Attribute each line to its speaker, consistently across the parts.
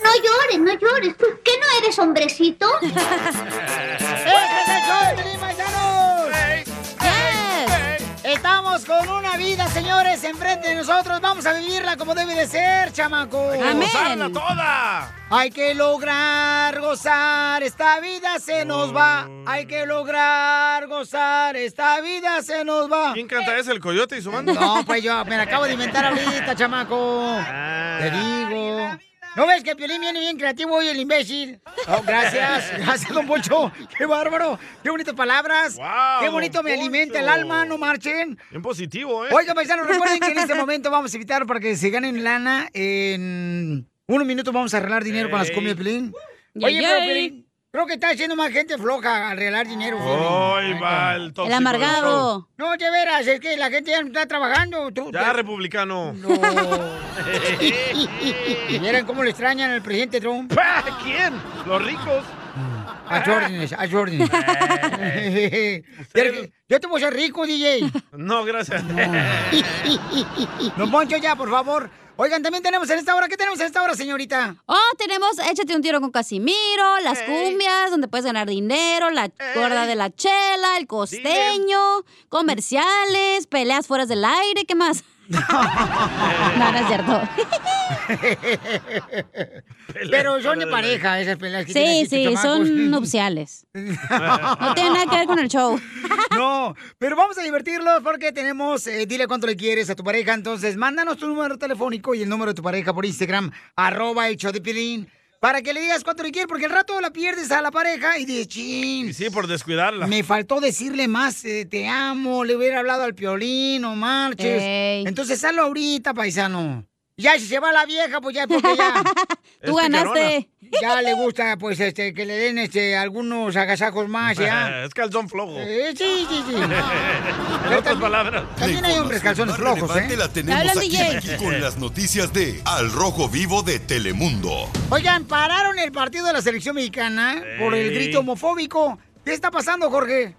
Speaker 1: No llores, no llores. ¿Qué no eres hombrecito?
Speaker 2: ¡Ese es el show de Piolín, Paisanos!
Speaker 3: ¡Yes!
Speaker 2: Estamos con una vida, señores, enfrente de nosotros. Vamos a vivirla como debe de ser, chamacos.
Speaker 3: Hay que Amén. gozarla toda.
Speaker 2: Hay que lograr gozar, esta vida se nos va.
Speaker 3: Mm.
Speaker 2: Hay que lograr gozar, esta vida se nos va.
Speaker 4: ¿Quién canta ese, el coyote y su banda?
Speaker 2: No, pues yo me la acabo de inventar ahorita, chamaco.
Speaker 4: Ah.
Speaker 2: Te digo. ¿No ves que Piolín viene bien creativo hoy, el imbécil? Oh, gracias, gracias, don Poncho. ¡Qué bárbaro! ¡Qué bonitas palabras!
Speaker 4: Guau,
Speaker 2: ¡Qué bonito
Speaker 4: don
Speaker 2: me alimenta el
Speaker 4: Poncho.
Speaker 2: alma! ¡No marchen!
Speaker 4: Bien positivo, ¿eh?
Speaker 2: Oigan, paisanos, recuerden que en este momento vamos a invitar para que se ganen lana. En unos minutos vamos a arreglar dinero para las
Speaker 4: Ey.
Speaker 2: comidas, Piolín.
Speaker 3: Yay,
Speaker 2: Oye, pero,
Speaker 3: yay.
Speaker 2: Piolín, creo que está haciendo más gente floja a arreglar dinero. Piolín.
Speaker 4: Hoy va el tóxico del show.
Speaker 2: No, de veras, es que la gente ya no está trabajando. Tú,
Speaker 4: Ya, republicano.
Speaker 2: Miren cómo le extrañan al presidente Trump.
Speaker 4: ¿A quién? Los ricos.
Speaker 2: A sus órdenes, a sus órdenes. Pero Yo te voy a ser rico, DJ.
Speaker 4: Eh. No, gracias.
Speaker 2: Don Poncho, ya, por favor. Oigan, también tenemos en esta hora, ¿qué tenemos en esta hora, señorita?
Speaker 3: Oh, tenemos Échate un tiro con Casimiro, las cumbias, donde puedes ganar dinero, la cuerda de la chela, el costeño, comerciales, peleas fuera del aire, ¿qué más? no, no es cierto.
Speaker 2: Pero son de pareja esas peleas que tienen
Speaker 3: Sí,
Speaker 2: aquí
Speaker 3: sí,
Speaker 2: estos
Speaker 3: son
Speaker 2: chamacos.
Speaker 3: nupciales. No tiene nada que ver con el show.
Speaker 2: No, pero vamos a divertirlos porque tenemos, eh, dile cuánto le quieres a tu pareja. Entonces, mándanos tu número telefónico y el número de tu pareja por Instagram, arroba el show de Piolín, para que le digas cuánto le quieres, porque al rato la pierdes a la pareja y dices, chin,
Speaker 4: Sí, por descuidarla.
Speaker 2: me faltó decirle más, eh, te amo, le hubiera hablado al Piolín, no marches.
Speaker 3: Ey.
Speaker 2: Entonces, hazlo ahorita, paisano. Ya, si se va la vieja, pues ya, porque ya.
Speaker 3: Tú
Speaker 4: Este,
Speaker 3: ganaste.
Speaker 2: Ya le gusta, pues, este, que le den, este, algunos agasajos más, ya.
Speaker 4: Es calzón flojo.
Speaker 2: Eh, sí, sí, sí.
Speaker 4: En otras palabras.
Speaker 2: También hay hombres
Speaker 5: más
Speaker 2: calzones flojos,
Speaker 5: relevante
Speaker 2: ¿eh?
Speaker 5: la tenemos
Speaker 3: Hablan,
Speaker 5: aquí,
Speaker 3: DJ.
Speaker 5: aquí con las noticias de Al Rojo Vivo de Telemundo.
Speaker 2: Oigan, pararon el partido de la selección mexicana por el
Speaker 5: Ey.
Speaker 2: grito homofóbico. ¿Qué está pasando, Jorge?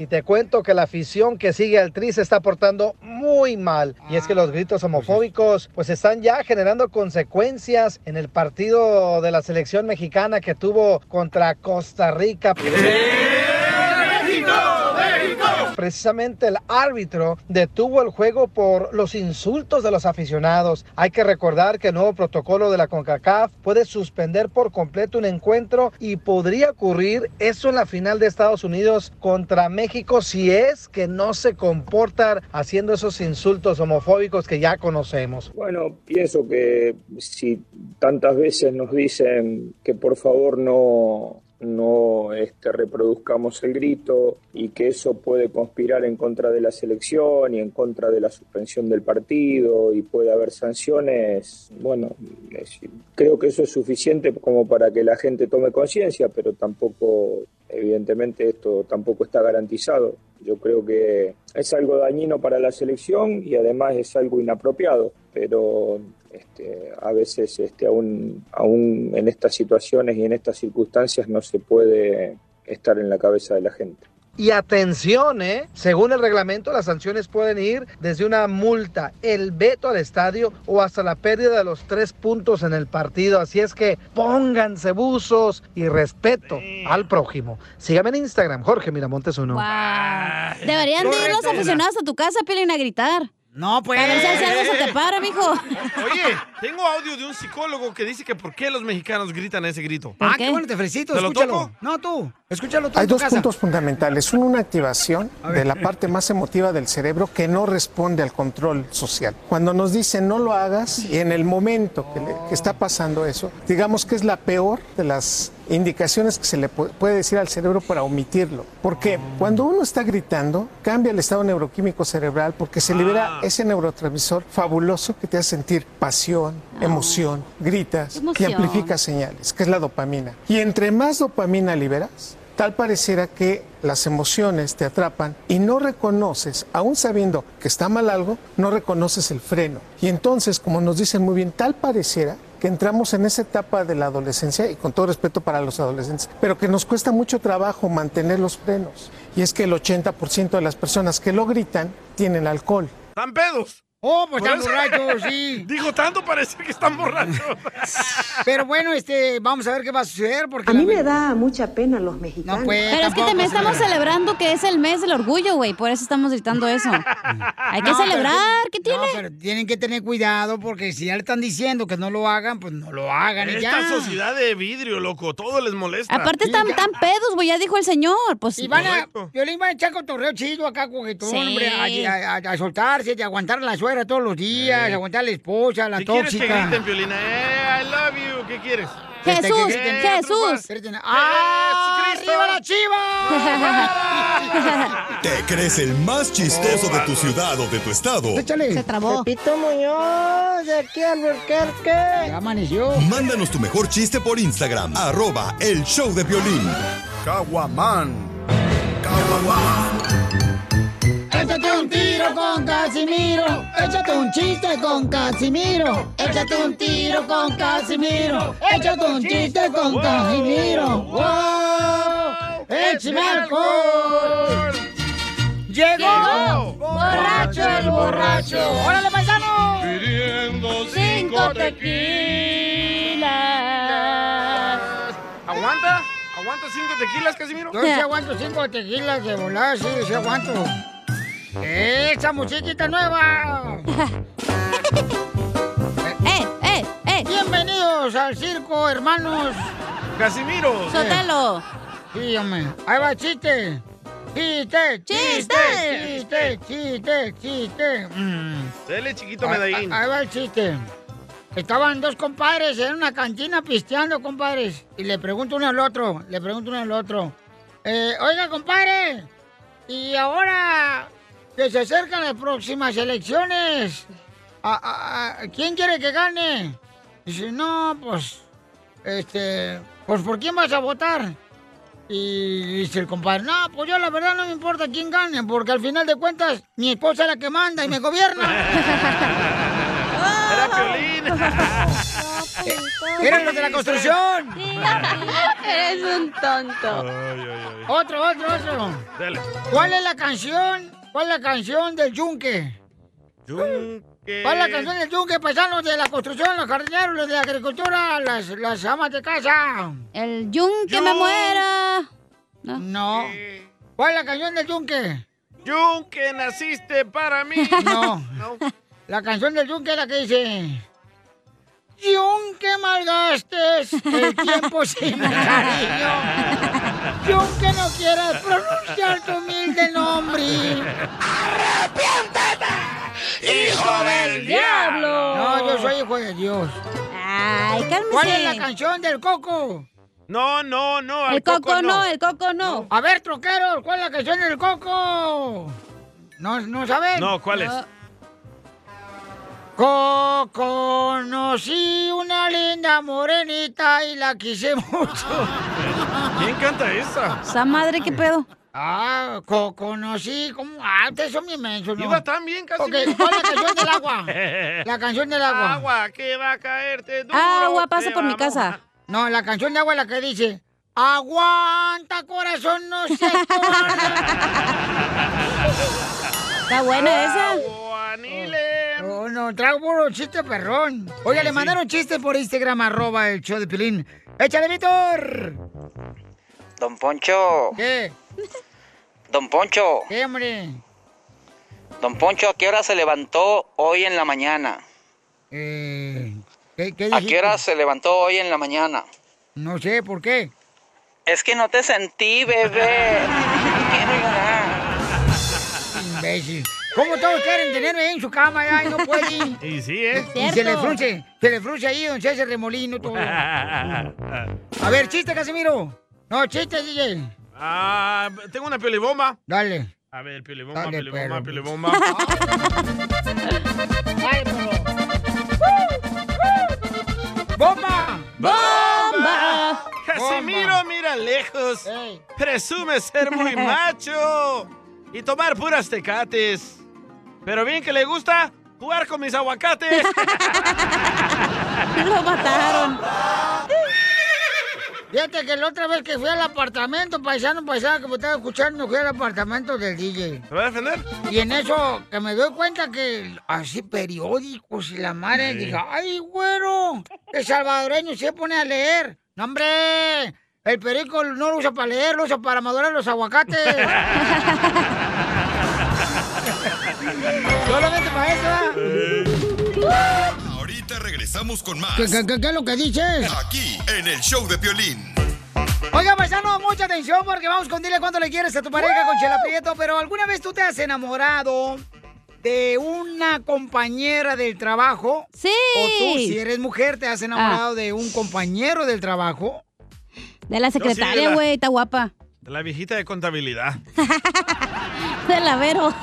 Speaker 6: Y te cuento que la afición que sigue al Tri se está portando muy mal. Y es que los gritos homofóbicos pues están ya generando consecuencias en el partido de la selección mexicana que tuvo contra Costa Rica. Precisamente el árbitro detuvo el juego por los insultos de los aficionados. Hay que recordar que el nuevo protocolo de la CONCACAF puede suspender por completo un encuentro y podría ocurrir eso en la final de Estados Unidos contra México si es que no se comportan haciendo esos insultos homofóbicos que ya conocemos.
Speaker 7: Bueno, pienso que si tantas veces nos dicen que por favor no, no este, reproduzcamos el grito y que eso puede conspirar en contra de la selección y en contra de la suspensión del partido y puede haber sanciones, bueno, es- creo que eso es suficiente como para que la gente tome conciencia, pero tampoco, evidentemente, esto tampoco está garantizado. Yo creo que es algo dañino para la selección y además es algo inapropiado, pero este, a veces este, aún, aún en estas situaciones y en estas circunstancias no se puede estar en la cabeza de la gente.
Speaker 6: Y atención, ¿eh? según el reglamento, las sanciones pueden ir desde una multa, el veto al estadio o hasta la pérdida de los tres puntos en el partido. Así es que pónganse buzos y respeto al prójimo. Sígame en Instagram, Jorge Miramontes uno.
Speaker 3: Deberían de ir los aficionados a tu casa, Pelín, a gritar.
Speaker 2: No, pues.
Speaker 3: A ver si hace algo se te para, mijo.
Speaker 8: Oye, tengo audio de un psicólogo que dice que por qué los mexicanos gritan ese grito.
Speaker 2: Ah, qué bueno, te felicito.
Speaker 8: ¿Te lo
Speaker 2: escúchalo.
Speaker 8: toco?
Speaker 2: No, tú. Escúchalo tú
Speaker 9: Hay
Speaker 2: en tu
Speaker 9: dos
Speaker 2: casa.
Speaker 9: puntos fundamentales. Uno, una activación de la parte más emotiva del cerebro que no responde al control social. Cuando nos dicen no lo hagas y en el momento que, le- que está pasando eso, digamos que es la peor de las indicaciones que se le pu- puede decir al cerebro para omitirlo. Porque
Speaker 2: Ah.
Speaker 9: cuando uno está gritando, cambia el estado neuroquímico cerebral porque se
Speaker 2: Ah.
Speaker 9: libera ese neurotransmisor fabuloso que te hace sentir pasión,
Speaker 2: Ah.
Speaker 9: emoción, gritas y
Speaker 10: Emoción.
Speaker 9: amplifica significa señales, que es la dopamina. Y entre más dopamina liberas, tal pareciera que las emociones te atrapan y no reconoces, aún sabiendo que está mal algo, no reconoces el freno. Y entonces, como nos dicen muy bien, tal pareciera que entramos en esa etapa de la adolescencia, y con todo respeto para los adolescentes, pero que nos cuesta mucho trabajo mantener los frenos. Y es que el 80% de las personas que lo gritan tienen alcohol.
Speaker 8: ¡Están pedos!
Speaker 2: ¡Oh, pues
Speaker 8: Por
Speaker 2: están
Speaker 8: eso-
Speaker 2: borrachos, sí!
Speaker 8: Digo tanto, parece que están borrachos.
Speaker 2: Pero bueno, este, vamos a ver qué va a suceder porque...
Speaker 11: A mí me da mucha pena los mexicanos.
Speaker 2: pues,
Speaker 3: Pero es que también estamos celebrando que es el mes del orgullo, güey. Por eso estamos gritando eso. Hay que
Speaker 2: No, pero
Speaker 3: celebrar.
Speaker 2: ti- no, pero tienen que tener cuidado porque si ya le están diciendo que no lo hagan, pues no lo hagan y
Speaker 8: Esta
Speaker 2: ya.
Speaker 8: sociedad de vidrio, loco, todo les molesta.
Speaker 3: Aparte están tan pedos, pues, güey. Ya dijo el señor. Pues
Speaker 2: Y van a, yo le iba a echar cotorreo chido acá, coquetón,
Speaker 3: Sí.
Speaker 2: hombre, a, a- a- a soltarse, de aguantar a la suegra todos los días, aguantar a la esposa, a la
Speaker 8: ¿Qué quieres que
Speaker 2: tóxica.
Speaker 8: griten, Violina? Eh, I love you. ¿Qué quieres?
Speaker 2: Jesús,
Speaker 8: Jesús.
Speaker 2: ¡Ah, arriba la chiva!
Speaker 5: ¿Te crees el más chistoso de tu ciudad o de tu estado?
Speaker 2: Se
Speaker 3: trabó.
Speaker 12: Pepito Muñoz, de aquí al Burquerque. Ya
Speaker 2: amaneció.
Speaker 5: Mándanos tu mejor chiste por Instagram, arroba el show de violín. Caguaman.
Speaker 2: Échate un tiro con Casimiro. Échate un chiste con Casimiro. Échate un tiro con Casimiro. Échate un chiste con Casimiro. ¡Wow! ¡Échame alcohol! ¡Llegó! ¡Borracho el borracho! ¡Órale, paisano!
Speaker 8: Pidiendo
Speaker 2: cinco
Speaker 8: tequilas. ¿Aguanta? ¿Aguanta cinco tequilas, Casimiro?
Speaker 2: Yo sí aguanto cinco tequilas de volar, sí, sí aguanto. ¡Esa musiquita nueva! ¡Eh, eh, eh! Bienvenidos al circo, hermanos.
Speaker 8: Casimiro.
Speaker 2: Sotelo. Sí, hombre. Ahí va el chiste. Chiste, chiste, chiste, chiste, chiste. Mm.
Speaker 8: Dele, chiquito
Speaker 2: Ah,
Speaker 8: medallín.
Speaker 2: ah, Ahí va el chiste. Estaban dos compadres en una cantina pisteando, compadres. Y le pregunto uno al otro, le pregunto uno al otro. eh, Oiga, compadre, y ahora que se acercan las próximas elecciones, ¿a- a- a- ¿quién quiere que gane? Dice, no, pues, este, pues ¿por quién vas a votar? Y dice el compadre, no, pues yo la verdad no me importa quién gane, porque al final de cuentas mi esposa es la que manda y me gobierna.
Speaker 8: Era
Speaker 2: pues.
Speaker 8: Piolín.
Speaker 2: ¡Eran los de la construcción!
Speaker 12: Eres un tonto.
Speaker 2: Otro, otro, otro.
Speaker 8: Dale.
Speaker 2: ¿Cuál es la canción? ¿Cuál es la canción del yunque?
Speaker 8: Yunque.
Speaker 2: ¿Cuál es la canción del yunque? Paisanos de la construcción, los jardineros, los de la agricultura, las, las amas de casa.
Speaker 3: El yunque me muera.
Speaker 2: No. ¿Cuál es la canción del yunque?
Speaker 8: Yunque, naciste para mí.
Speaker 2: No. La canción del yunque es la que dice... Yunque malgastes el tiempo sin cariño. Yunque no quieras pronunciar tu humilde nombre.
Speaker 12: ¡Hijo del diablo!
Speaker 2: No, yo soy hijo de Dios. Ay,
Speaker 3: cálmese.
Speaker 2: ¿Cuál es la canción del coco?
Speaker 8: No, no, no. al
Speaker 3: El coco no, el coco no.
Speaker 2: A ver, troqueros, ¿cuál es la canción del coco? No, no saben.
Speaker 8: No, ¿cuál es?
Speaker 2: Co- Conocí una linda morenita y la quise mucho.
Speaker 8: ¿Quién canta esa?
Speaker 2: ¿Esa madre qué pedo? Ah, co- conocí como... Ah, ustedes son bien mensos, ¿no?
Speaker 8: Iba tan bien, casi.
Speaker 2: Ok, ¿cuál es la canción del agua? La canción del agua.
Speaker 8: Agua, que va a caerte duro.
Speaker 2: Ah, Agua
Speaker 8: te vamos a-
Speaker 2: No, la canción de agua es la que dice. Aguanta, corazón, no se Está
Speaker 3: buena esa.
Speaker 2: No, Oh, no, traigo puro chiste perrón. Oiga,
Speaker 8: Sí,
Speaker 2: le
Speaker 8: sí.
Speaker 2: mandaron chistes por Instagram, arroba el show de Pilín. ¡Échale, Víctor!
Speaker 13: Don Poncho.
Speaker 2: ¿Qué?
Speaker 13: Don Poncho,
Speaker 2: ¿Qué, hombre?
Speaker 10: Don Poncho, ¿a qué hora se levantó hoy en la mañana?
Speaker 2: Eh, ¿Qué,
Speaker 10: ¿A qué hora se levantó hoy en la mañana?
Speaker 2: No sé, ¿por qué?
Speaker 10: Es que no te sentí, bebé.
Speaker 2: Imbécil. ¿Cómo todos quieren tenerme ahí en su cama ya y no pueden?
Speaker 8: Y sí, ¿eh?
Speaker 2: Y se le frunce, se le frunce ahí donde se hace remolino todo. A ver, chiste, Casimiro. No, chiste, DJ.
Speaker 8: Ah, tengo una piolibomba.
Speaker 2: Dale.
Speaker 8: A ver, piolibomba,
Speaker 2: Dale,
Speaker 8: piolibomba,
Speaker 2: perro.
Speaker 8: piolibomba.
Speaker 2: ¡Bomba!
Speaker 8: ¡Bomba!
Speaker 2: ¡Bomba!
Speaker 8: Casimiro mira lejos.
Speaker 2: Ey.
Speaker 8: Presume ser muy macho y tomar puras tecates. Pero bien que le gusta jugar con mis aguacates.
Speaker 3: Lo mataron.
Speaker 2: Fíjate que la otra vez que fui al apartamento, paisano, paisano, que me estaba escuchando, fui al apartamento del DJ.
Speaker 8: ¿Te va a defender?
Speaker 2: Y en eso, que me doy cuenta que así periódicos y la madre,
Speaker 8: Sí.
Speaker 2: diga, ¡ay, güero! El salvadoreño se pone a leer. ¡No, hombre! El periódico no lo usa para leer, lo usa para madurar los aguacates. Solamente para eso.
Speaker 5: Ahorita regresamos con más.
Speaker 2: ¿Qué, qué, qué- qué es lo que dices?
Speaker 5: Aquí, en el show de Piolín.
Speaker 2: Oiga, paisano, mucha atención porque vamos con dile cuánto le quieres a tu pareja con Chela Prieto, pero ¿alguna vez tú te has enamorado de una compañera del trabajo?
Speaker 3: Sí. Ah.
Speaker 2: O tú, si eres mujer, te has enamorado de un compañero del trabajo.
Speaker 3: De la secretaria, eh, güey, está guapa.
Speaker 8: La viejita de contabilidad.
Speaker 3: Del lavero.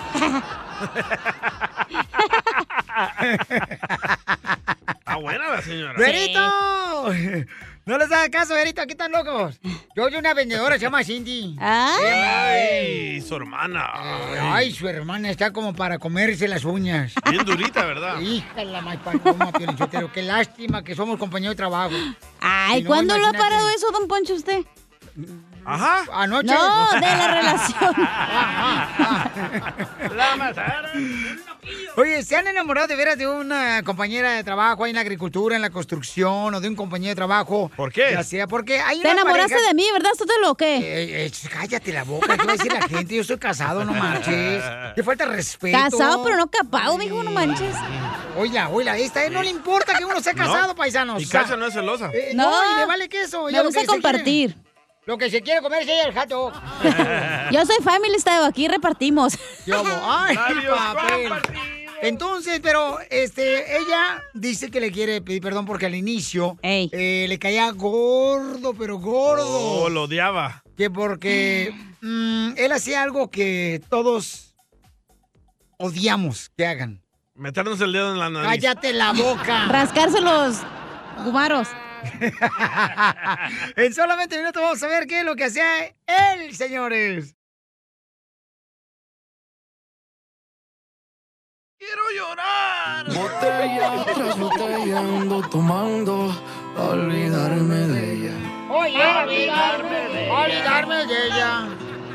Speaker 8: Está buena la señora.
Speaker 2: ¡Verito! No les hagas caso, Verito, aquí están locos. Yo soy una vendedora, se llama Cindy.
Speaker 8: ¡Ay! Su hermana. Ay,
Speaker 2: Ay, su hermana está como para comerse las uñas.
Speaker 8: Bien durita, ¿verdad?
Speaker 2: Hija de la más paloma, Pero qué lástima que somos compañeros de trabajo.
Speaker 3: Ay,
Speaker 2: Si no,
Speaker 3: ¿cuándo lo ha
Speaker 2: imagínate.
Speaker 3: parado eso, don Poncho, usted?
Speaker 8: Ajá.
Speaker 2: Anoche.
Speaker 3: No, de la relación.
Speaker 2: ¿ah?
Speaker 8: La mataron.
Speaker 2: Oye, ¿se han enamorado de veras de una compañera de trabajo ahí en la agricultura, en la construcción o de un compañero de trabajo? ¿Por qué? Ya sea porque hay
Speaker 3: Te
Speaker 2: una
Speaker 3: enamoraste
Speaker 2: pareja-
Speaker 3: de mí, ¿verdad, Sotelo, o qué?
Speaker 2: Eh, eh, cállate la boca, ¿qué va a decir la gente? Yo estoy casado, no marches. Qué falta de respeto.
Speaker 3: Casado, pero no capado, mijo, no manches.
Speaker 2: Oiga, oiga, esta eh, no le importa que uno sea casado, paisanos.
Speaker 8: Y
Speaker 2: o sea,
Speaker 8: Cacha no es celosa.
Speaker 2: eh, no, y le vale queso.
Speaker 3: Me
Speaker 2: ella lo
Speaker 3: gusta
Speaker 2: que se quiere-
Speaker 3: compartir.
Speaker 2: lo que se quiere comer es ella el jato.
Speaker 3: Yo soy family style, aquí repartimos.
Speaker 2: Yo, ay,
Speaker 3: Labios
Speaker 2: papel. Entonces, pero este, ella dice que le quiere pedir perdón porque al inicio eh, le caía gordo, pero gordo.
Speaker 8: Oh, lo odiaba.
Speaker 2: Que porque mm, él hacía algo que todos odiamos que hagan.
Speaker 8: Meternos el dedo en la nariz.
Speaker 2: Cállate la boca.
Speaker 3: Rascarse los gumaros.
Speaker 2: en solamente minutos vamos a ver qué es lo que hacía él, señores.
Speaker 8: Quiero llorar.
Speaker 13: Botella tras botella ando tomando pa' olvidarme de ella.
Speaker 2: Oye, olvidarme de ella. Olvidarme de ella.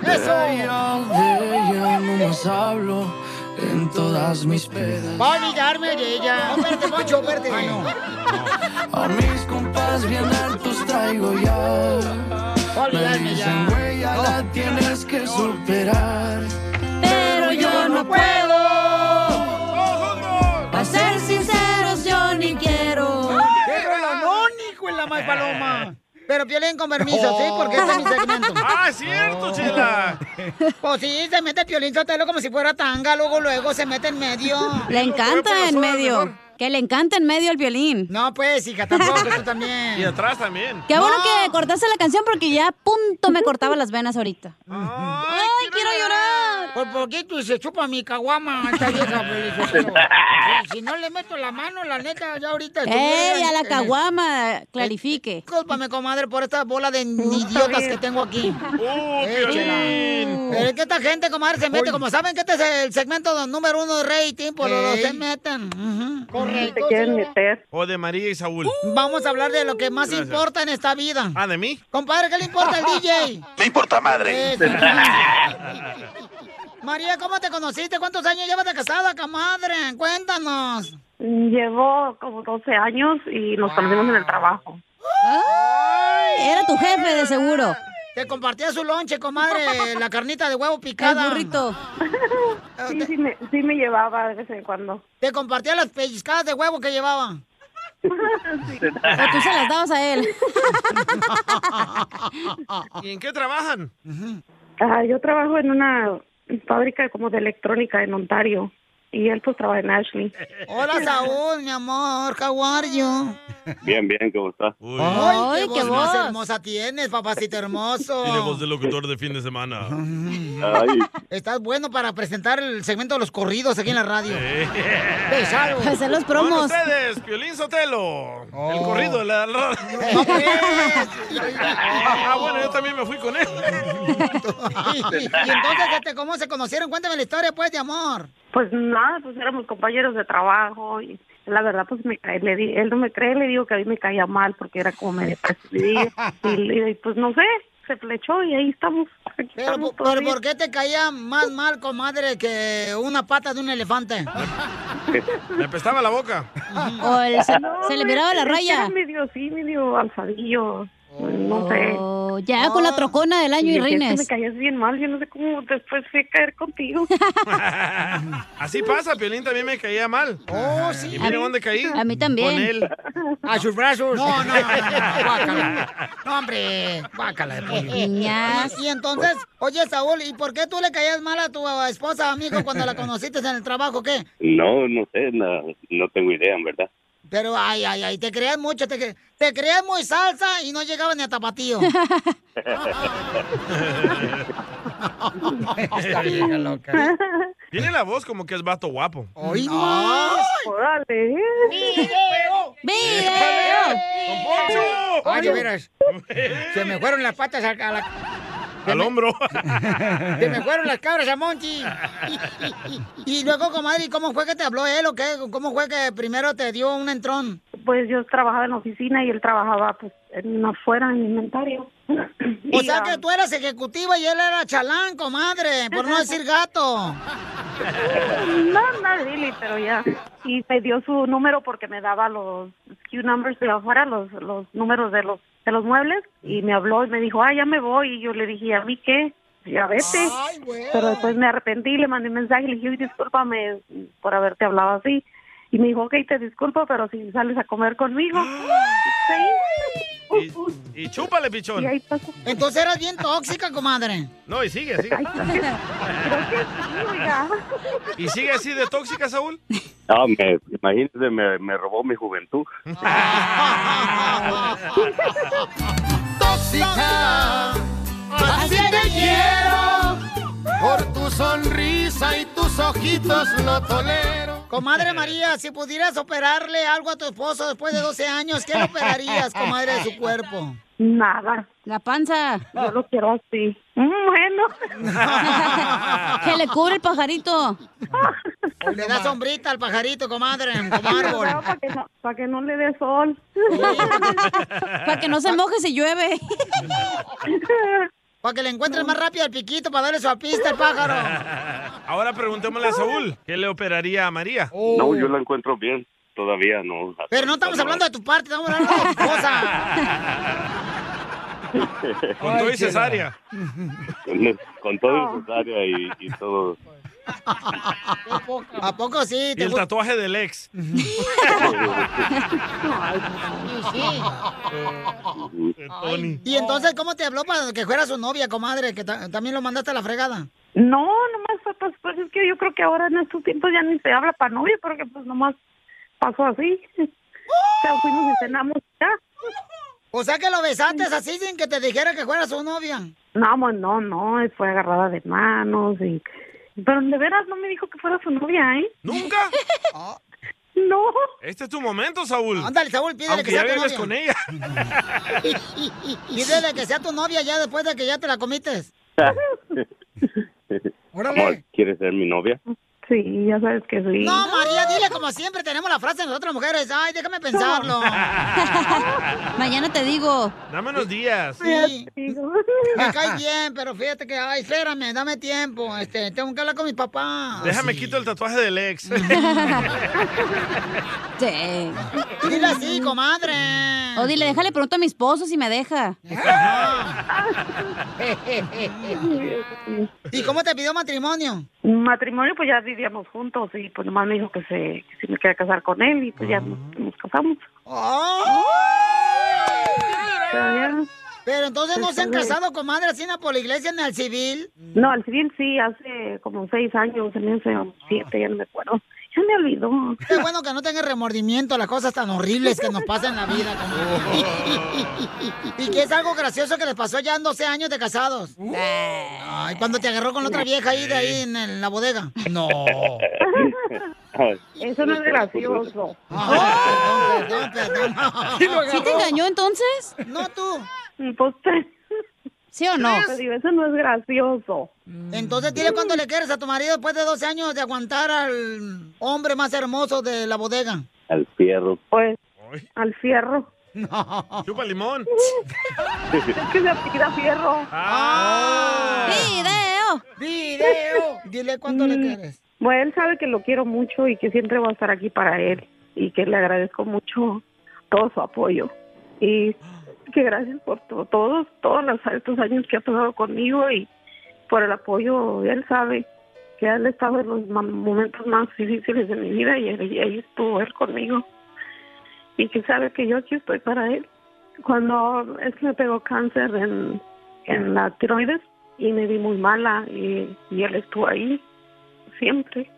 Speaker 2: Eso.
Speaker 13: De ella, de ella no más hablo en todas mis pedas.
Speaker 2: Va a olvidarme de ella. No, espérate, Poncho, espérate.
Speaker 13: A mis compas bien altos traigo ya. Me
Speaker 2: Olvidarme
Speaker 13: dicen, güey, ya
Speaker 2: Oh.
Speaker 13: la tienes que superar.
Speaker 3: Pero yo no puedo.
Speaker 13: Pa' ser
Speaker 3: sinceros, yo ni quiero.
Speaker 2: ¡Qué rolonónico es la más paloma! Pero Piolín, con permiso, ¿sí? Porque este es mi segmento.
Speaker 8: ¡Ah, cierto, Chela!
Speaker 2: Pues sí, se mete Piolín Sotelo como si fuera tanga, luego luego se mete en medio.
Speaker 3: Le encanta en medio. Que le encanta en medio el violín.
Speaker 2: No, pues, hija, tampoco, tú también.
Speaker 8: Y atrás también.
Speaker 3: Qué bueno que cortaste la canción porque ya a punto me cortaba las venas ahorita.
Speaker 8: ¡Ay,
Speaker 3: quiero llorar!
Speaker 2: Por poquito y se chupa mi caguama esta vieja, Piolín Sotelo. eh, Si- Si no le meto la mano, la neta, ya ahorita...
Speaker 3: ¡Ey, a la
Speaker 2: caguama! Eh,
Speaker 3: caguama! Clarifique.
Speaker 2: Discúlpame, comadre, por esta bola de idiotas que tengo aquí. Eh, chela. Pero es que esta gente, comadre, se mete. Como saben que este es el segmento do- número uno de rating, por lo que se meten. Ujú. Correcto. señora. Uh,
Speaker 8: meter? O de María y Saúl.
Speaker 2: Vamos a hablar de lo que más
Speaker 8: Gracias.
Speaker 2: importa en esta vida.
Speaker 8: ¿Ah, de mí?
Speaker 2: Compadre, ¿qué le importa al DJ?
Speaker 8: Me importa
Speaker 2: madre. Eso. María, ¿cómo te conociste? ¿Cuántos años llevas de casada, comadre? Cuéntanos.
Speaker 14: Llevo como 12
Speaker 2: Ah.
Speaker 14: años y nos conocimos en el trabajo.
Speaker 3: Ay, era tu jefe, de seguro.
Speaker 2: Te compartía su lonche, comadre, la carnita de huevo picada.
Speaker 14: El burrito. Sí, sí me, sí me llevaba de vez en cuando.
Speaker 2: Te compartía las pellizcadas de huevo que llevaba.
Speaker 3: O tú se las dabas a él.
Speaker 4: ¿Y en qué trabajan?
Speaker 14: Ah, yo trabajo en una fábrica como de electrónica en Ontario y él pues trabaja en Ashley.
Speaker 2: Hola, Saúl, mi amor, how are you?
Speaker 15: Bien, bien, ¿cómo estás?
Speaker 2: Ay,
Speaker 3: Ay,
Speaker 2: qué,
Speaker 3: qué
Speaker 2: voz más
Speaker 3: voz.
Speaker 2: hermosa tienes, papacito hermoso.
Speaker 16: Tiene voz de locutor de fin de semana.
Speaker 2: Estás bueno para presentar el segmento de los corridos aquí en la radio. Pesado.
Speaker 3: Pues
Speaker 4: Pesado. Con ustedes, Piolín Sotelo.
Speaker 3: Oh.
Speaker 4: El corrido de la...
Speaker 2: No, pues.
Speaker 4: ah, bueno, yo también me fui con él.
Speaker 2: y, y entonces, este, ¿cómo se conocieron? Cuéntame la historia, pues, de amor.
Speaker 14: Pues nada, pues éramos compañeros de trabajo y la verdad pues me cae, le di- él no me cree, le digo que a mí me caía mal porque era como medio fastidio y, le- y, pues no sé, se flechó y ahí estamos. Aquí
Speaker 2: Pero,
Speaker 14: estamos
Speaker 2: po- pero
Speaker 14: todavía.
Speaker 2: ¿por qué te caía más mal, comadre, que una pata de un elefante?
Speaker 4: Le apestaba la boca.
Speaker 3: O el- se,
Speaker 14: No,
Speaker 3: se le
Speaker 14: es-
Speaker 3: miraba la
Speaker 14: es que
Speaker 3: raya.
Speaker 14: era medio, sí, medio alzadillo. No sé.
Speaker 3: Oh, ya con la trocona del año y
Speaker 14: Yo siento que
Speaker 3: reines.
Speaker 14: Me caías bien mal, yo no sé cómo después fui a caer contigo.
Speaker 4: Así pasa, Piolín también me caía mal.
Speaker 2: Oh, sí.
Speaker 4: Y mira dónde caí.
Speaker 3: A mí también.
Speaker 4: Con él.
Speaker 2: A sus brazos. No, no, no, no, no, guácala. No, hombre, guácala de pollo.
Speaker 3: Niñas.
Speaker 2: Y, y entonces, oye, Saúl, ¿y por qué tú le caías mal a tu esposa, amigo, cuando la conociste en el trabajo, qué?
Speaker 15: No, no sé, no, no tengo idea, en verdad.
Speaker 2: Pero, ay, ay, ay, te creías mucho, te, cre- te creías muy salsa y no llegaba ni a tapatío.
Speaker 4: Esta
Speaker 2: vieja loca.
Speaker 4: Tiene la voz como que es vato guapo.
Speaker 2: ¡Ay,
Speaker 14: ¡Órale!
Speaker 2: ¡Video!
Speaker 3: ¡Video!
Speaker 4: ¡Don Poncho!
Speaker 2: Ay, de veras. Se me fueron las patas a, a la-
Speaker 4: Al hombro.
Speaker 2: Se me fueron las cabras a Monchi. Y luego, comadre, ¿y ¿cómo fue que te habló él o qué? ¿Cómo fue que primero te dio un entrón?
Speaker 14: Pues yo trabajaba en la oficina y él trabajaba pues en afuera en inventario.
Speaker 2: O sea que tú eras ejecutiva y él era chalán, comadre, por no decir gato.
Speaker 14: No, no, really, pero ya. Y me dio su número porque me daba los SKU numbers de afuera, los, los números de los de los muebles. Y me habló y me dijo, ah, ya me voy. Y yo le dije, ¿a mí qué? Ya vete. Pero después me arrepentí, le mandé un mensaje y le dije, "Uy, discúlpame por haberte hablado así. Y me dijo, ok, te disculpo, pero si sales a comer conmigo.
Speaker 4: Y, y chúpale, pichón.
Speaker 2: Entonces eras bien tóxica, comadre.
Speaker 4: No, y sigue, sigue. ¿Y sigue así de tóxica, Saúl?
Speaker 15: Ah, me, imagínese, me, me robó mi juventud.
Speaker 13: Tóxica, así te quiero. Por tu sonrisa y tus ojitos no tolero.
Speaker 2: Comadre María, si pudieras operarle algo a tu esposo después de 12 años, ¿qué le operarías, comadre, de su cuerpo?
Speaker 14: Nada.
Speaker 3: La panza.
Speaker 14: Yo lo quiero así. Mm, Bueno.
Speaker 3: que le cubre el pajarito.
Speaker 2: O le da sombrita al pajarito, comadre, como árbol.
Speaker 14: Para que, no, pa' que no le dé sol.
Speaker 3: Para que no se moje si llueve.
Speaker 2: Para que le encuentres más rápido al piquito para darle su apista al pájaro.
Speaker 4: Ahora preguntémosle a Saúl, ¿qué le operaría a María?
Speaker 15: No, yo la encuentro bien, todavía no.
Speaker 2: Pero no estamos hablando de tu parte, estamos hablando de tu esposa.
Speaker 4: Con todo y cesárea.
Speaker 15: Con todo y cesárea y, y todo.
Speaker 2: ¿A poco sí?
Speaker 4: Y el
Speaker 2: gusta?
Speaker 4: tatuaje del ex. Tony.
Speaker 2: Y entonces, ¿cómo te habló para que fuera su novia, comadre? Que ta- también lo mandaste a la fregada.
Speaker 14: No, nomás fue, pues, pues, es que yo creo que ahora en estos tiempos ya ni se habla para novia, porque pues nomás pasó así. O sea, fuimos y cenamos ya.
Speaker 2: O sea que lo besaste así sin que te dijera que fuera su novia.
Speaker 14: No, pues, no, no, y fue agarrada de manos y... Pero de veras no me dijo que fuera su novia, ¿eh?
Speaker 4: ¿Nunca?
Speaker 14: No.
Speaker 4: Este es tu momento, Saúl.
Speaker 2: Ándale, Saúl, pídele que
Speaker 4: Aunque
Speaker 2: sea
Speaker 4: ya
Speaker 2: tu novia.
Speaker 4: vives con ella.
Speaker 2: Pídele que sea tu novia ya después de que ya te la comiste.
Speaker 15: Amor, ¿quieres ser mi novia?
Speaker 14: Sí, ya sabes que sí.
Speaker 2: No, María, dile como siempre tenemos la frase de nosotras mujeres. Ay, déjame pensarlo.
Speaker 3: Mañana te digo.
Speaker 4: Dame unos días.
Speaker 2: Sí. Me cae bien, pero fíjate que, ay, espérame, dame tiempo. Este, tengo que hablar con mi papá.
Speaker 4: Ah, Déjame quito el tatuaje del ex.
Speaker 2: Dile así, comadre.
Speaker 3: O dile, déjale pregunto a mi esposo si me deja.
Speaker 2: ¿Y cómo te pidió matrimonio?
Speaker 14: Matrimonio, pues ya vivíamos juntos y pues nomás me dijo que se, que si me quería casar con él y pues ya nos, nos casamos. Pero ya-
Speaker 2: ¡Oh! Pero entonces no se han
Speaker 14: Híjole.
Speaker 2: casado, comadre, así na por la iglesia ni al civil.
Speaker 14: No, al civil sí, hace como seis años, se me hace o siete, ya no me acuerdo. Ya me olvidó.
Speaker 2: Qué bueno que no tenga remordimiento las cosas tan horribles que nos pasan en la vida, comadre. y que es algo gracioso que les pasó ya en 12 años de casados.
Speaker 14: Uh. Eh.
Speaker 2: Ay, cuando te agarró con la otra vieja ahí de ahí en, en la bodega. No.
Speaker 14: Eso no es gracioso.
Speaker 2: perdón, perdón.
Speaker 3: ¿Sí te engañó entonces?
Speaker 2: No, tú.
Speaker 14: Pues,
Speaker 3: ¿Sí o no?
Speaker 14: Te digo, eso no es gracioso.
Speaker 2: Mm. Entonces dile cuánto le quieres a tu marido después de 12 años de aguantar al hombre más hermoso de la bodega.
Speaker 17: Al fierro.
Speaker 14: Pues, al fierro.
Speaker 2: No.
Speaker 4: Chupa limón.
Speaker 14: Es que se apellida fierro.
Speaker 4: Ah.
Speaker 3: ¡Video!
Speaker 2: ¡Video! Ah. Dile cuánto le quieres.
Speaker 14: Mm. Bueno, él sabe que lo quiero mucho y que siempre voy a estar aquí para él y que le agradezco mucho todo su apoyo. Y que gracias por to- todos, todos los, estos años que ha pasado conmigo y por el apoyo. Él sabe que él ha estado en los ma- momentos más difíciles de mi vida y ahí ahí estuvo él conmigo. Y que sabe que yo aquí estoy para él. Cuando él me pegó cáncer en, en la tiroides y me vi muy mala y- y él estuvo ahí siempre.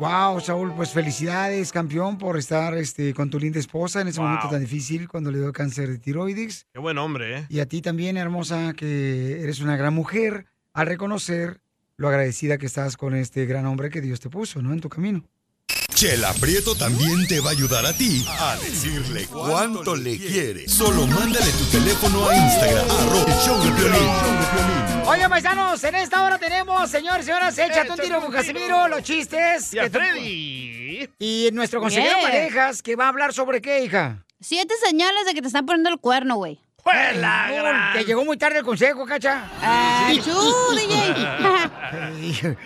Speaker 2: Wow, Saúl, pues felicidades, campeón, por estar este, con tu linda esposa en ese
Speaker 4: Wow.
Speaker 2: momento tan difícil cuando le dio cáncer de tiroides.
Speaker 4: Qué buen hombre, ¿eh?
Speaker 2: Y a ti también, hermosa, que eres una gran mujer, al reconocer lo agradecida que estás con este gran hombre que Dios te puso, ¿no? En tu camino.
Speaker 5: Chela Prieto también te va a ayudar a ti a decirle cuánto le quiere. Solo mándale tu teléfono a Instagram, arroba el show de Piolín.
Speaker 2: Oye, paisanos, en esta hora tenemos, señores y señoras, échate un tiro con Casimiro, los chistes.
Speaker 8: Y a
Speaker 2: que te-
Speaker 8: Freddy.
Speaker 2: Y nuestro consejero
Speaker 3: Bien.
Speaker 2: parejas, que va a hablar sobre qué, hija.
Speaker 3: Siete señales de que te están poniendo el cuerno, güey.
Speaker 2: Uy, Te llegó muy tarde el consejo, cacha.
Speaker 3: achú,
Speaker 2: DJ.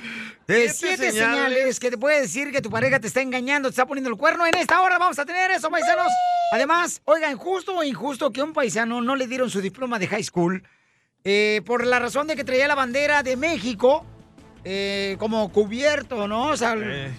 Speaker 2: De siete
Speaker 3: señales.
Speaker 2: señales que te puede decir que tu pareja te está engañando, te está poniendo el cuerno. En esta hora vamos a tener eso, paisanos. Además, oigan, justo o injusto que a un paisano no le dieron su diploma de high school eh, por la razón de que traía la bandera de México eh, como cubierto, ¿no? O sea,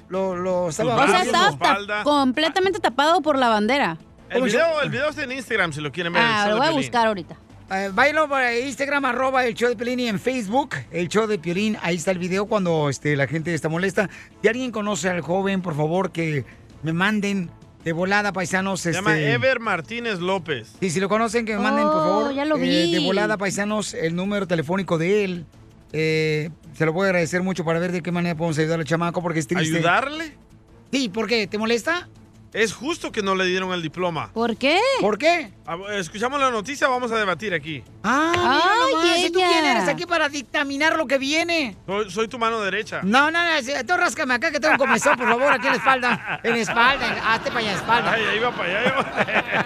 Speaker 2: lo, lo estaba...
Speaker 3: O sea,
Speaker 4: Su
Speaker 3: estabas tap-
Speaker 4: espalda.
Speaker 3: completamente tapado por la bandera.
Speaker 4: El video, el video está en Instagram si lo quieren ver.
Speaker 3: Ah,
Speaker 4: el show
Speaker 3: lo voy
Speaker 4: de
Speaker 3: a
Speaker 4: Piolín.
Speaker 3: buscar ahorita.
Speaker 2: Eh, váyanlo por Instagram, arroba el show de Piolín y en Facebook, el show de Piolín. Ahí está el video cuando este, la gente está molesta. Si alguien conoce al joven, por favor, que me manden de volada, paisanos.
Speaker 8: Se
Speaker 2: Este,
Speaker 8: llama Ever Martínez López.
Speaker 2: Y si lo conocen, que me manden, por
Speaker 8: Oh,
Speaker 2: favor,
Speaker 8: ya lo
Speaker 2: eh,
Speaker 8: vi.
Speaker 2: de volada, paisanos, el número telefónico de él. Eh, se lo voy a agradecer mucho para ver de qué manera podemos ayudar al chamaco, porque es triste.
Speaker 8: ¿Ayudarle?
Speaker 2: Sí, ¿por qué? ¿Te molesta?
Speaker 8: Es justo que no le dieron el diploma.
Speaker 3: ¿Por qué?
Speaker 2: ¿Por qué?
Speaker 8: Ah, Escuchamos la noticia, vamos a debatir aquí.
Speaker 2: Ah, mira
Speaker 3: Ay,
Speaker 2: nomás, ¿y tú
Speaker 3: ella.
Speaker 2: quién eres aquí para dictaminar lo que viene?
Speaker 8: Soy, soy tu mano derecha.
Speaker 2: No, no, no, sí, tú ráscame acá que tengo un comezón, por favor, aquí en la espalda. En la espalda, en- hazte para allá, espalda.
Speaker 8: Ay, ahí va para allá.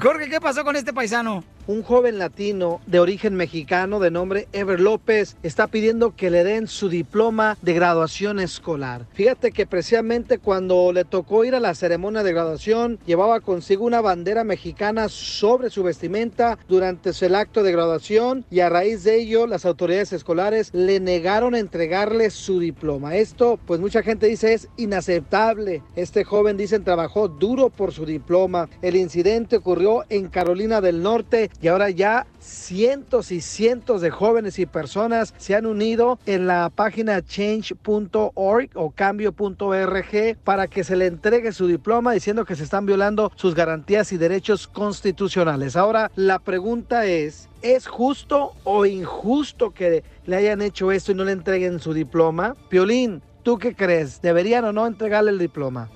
Speaker 2: Jorge, ¿qué pasó con este paisano?
Speaker 6: Un joven latino de origen mexicano de nombre Ever López está pidiendo que le den su diploma de graduación escolar. Fíjate que precisamente cuando le tocó ir a la ceremonia de graduación, llevaba consigo una bandera mexicana sobre su vestimenta durante el acto de graduación y a raíz de ello las autoridades escolares le negaron entregarle su diploma. Esto, pues mucha gente dice es inaceptable. Este joven, dicen, trabajó duro por su diploma. El incidente ocurrió en Carolina del Norte y ahora ya cientos y cientos de jóvenes y personas se han unido en la página change.org o cambio.org para que se le entregue su diploma diciendo que se están violando sus garantías y derechos constitucionales. Ahora, la pregunta es, ¿es justo o injusto que le hayan hecho esto y no le entreguen su diploma? Piolín, ¿tú qué crees? ¿Deberían o no entregarle el diploma?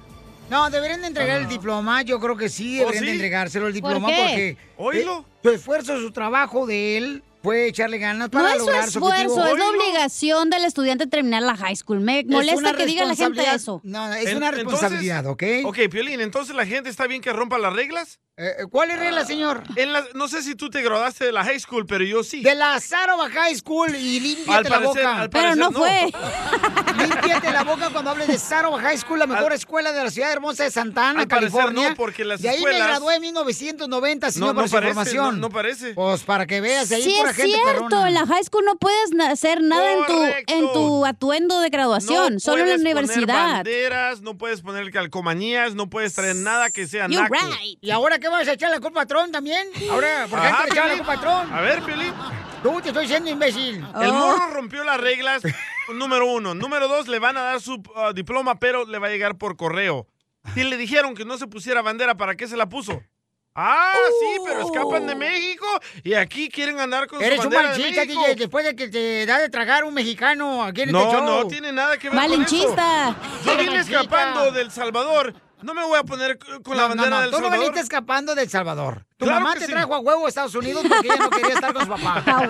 Speaker 2: No, deberían de entregar el diploma, yo creo que sí,
Speaker 4: ¿Oh,
Speaker 2: deberían de
Speaker 6: sí?
Speaker 2: entregárselo el
Speaker 6: ¿Por
Speaker 2: diploma
Speaker 6: qué?
Speaker 2: porque eh,
Speaker 6: Oílo.
Speaker 2: su esfuerzo, su trabajo de él fue echarle ganas
Speaker 3: No
Speaker 2: para
Speaker 3: es su
Speaker 2: lograr su objetivo.
Speaker 3: esfuerzo, es la obligación del estudiante terminar la high school. Me molesta que diga la gente eso.
Speaker 2: No,
Speaker 8: En- entonces-
Speaker 2: ¿ok?
Speaker 8: Ok, Piolín, entonces la gente está bien que rompa las reglas. Ah,
Speaker 2: Eh, ¿Cuál es regla, señor?
Speaker 4: En la- no sé si tú te graduaste de la high school, pero yo sí.
Speaker 2: De la Saroba High School y
Speaker 4: Al
Speaker 2: límpiate la
Speaker 4: parecer-
Speaker 2: boca.
Speaker 4: al Pero parecer no no. fue.
Speaker 2: límpiate la boca cuando hables de Saroba High School, la mejor escuela de la ciudad hermosa de Santa Ana,
Speaker 4: al parecer
Speaker 2: California.
Speaker 4: no, porque las
Speaker 2: de ahí me
Speaker 4: escuelas-
Speaker 2: gradué en 1990, señor,
Speaker 4: No,
Speaker 2: por
Speaker 4: no
Speaker 2: su
Speaker 4: parece,
Speaker 2: información.
Speaker 4: no- no parece.
Speaker 2: Pues para que veas, ahí
Speaker 3: sí,
Speaker 2: pura
Speaker 3: es
Speaker 2: gente
Speaker 3: cierto,
Speaker 2: perrona.
Speaker 3: en la high school no puedes na- hacer nada en tu, en tu atuendo de graduación,
Speaker 4: No
Speaker 3: solo en la
Speaker 4: puedes poner
Speaker 3: universidad.
Speaker 4: banderas, no puedes poner calcomanías, no puedes traer nada que sea naco.
Speaker 2: ¿Y ahora qué vas a echar la culpa a Tron también? Ahora, ¿por qué
Speaker 4: Ajá,
Speaker 2: antes le echaba la
Speaker 4: Piolín.
Speaker 2: culpa a Tron?
Speaker 4: A ver, Piolín.
Speaker 2: Tú te estoy diciendo imbécil.
Speaker 3: Oh.
Speaker 4: El morro rompió las reglas, número uno. Número dos, le van a dar su uh, diploma, pero le va a llegar por correo. Si le dijeron que no se pusiera bandera, ¿para qué se la puso? Ah, sí, pero escapan
Speaker 3: Oh.
Speaker 4: de México y aquí quieren andar con
Speaker 2: Eres
Speaker 4: su
Speaker 2: un
Speaker 4: bandera de
Speaker 2: machista,
Speaker 4: México.
Speaker 2: DJ, después de que te da de tragar un mexicano aquí en este
Speaker 4: No,
Speaker 2: show.
Speaker 4: no tiene nada que ver
Speaker 2: Malinchista.
Speaker 4: con eso. Yo vine
Speaker 2: Malinchista.
Speaker 4: escapando del Salvador. No me voy a poner c- con la
Speaker 2: No, no,
Speaker 4: bandera
Speaker 2: no,
Speaker 4: del
Speaker 2: tú no
Speaker 4: Salvador.
Speaker 2: veniste escapando del Salvador. Tu
Speaker 4: Claro
Speaker 2: mamá
Speaker 4: que
Speaker 2: te
Speaker 4: sí.
Speaker 2: trajo a huevo a Estados Unidos porque ella no quería estar con su papá.
Speaker 3: Ah,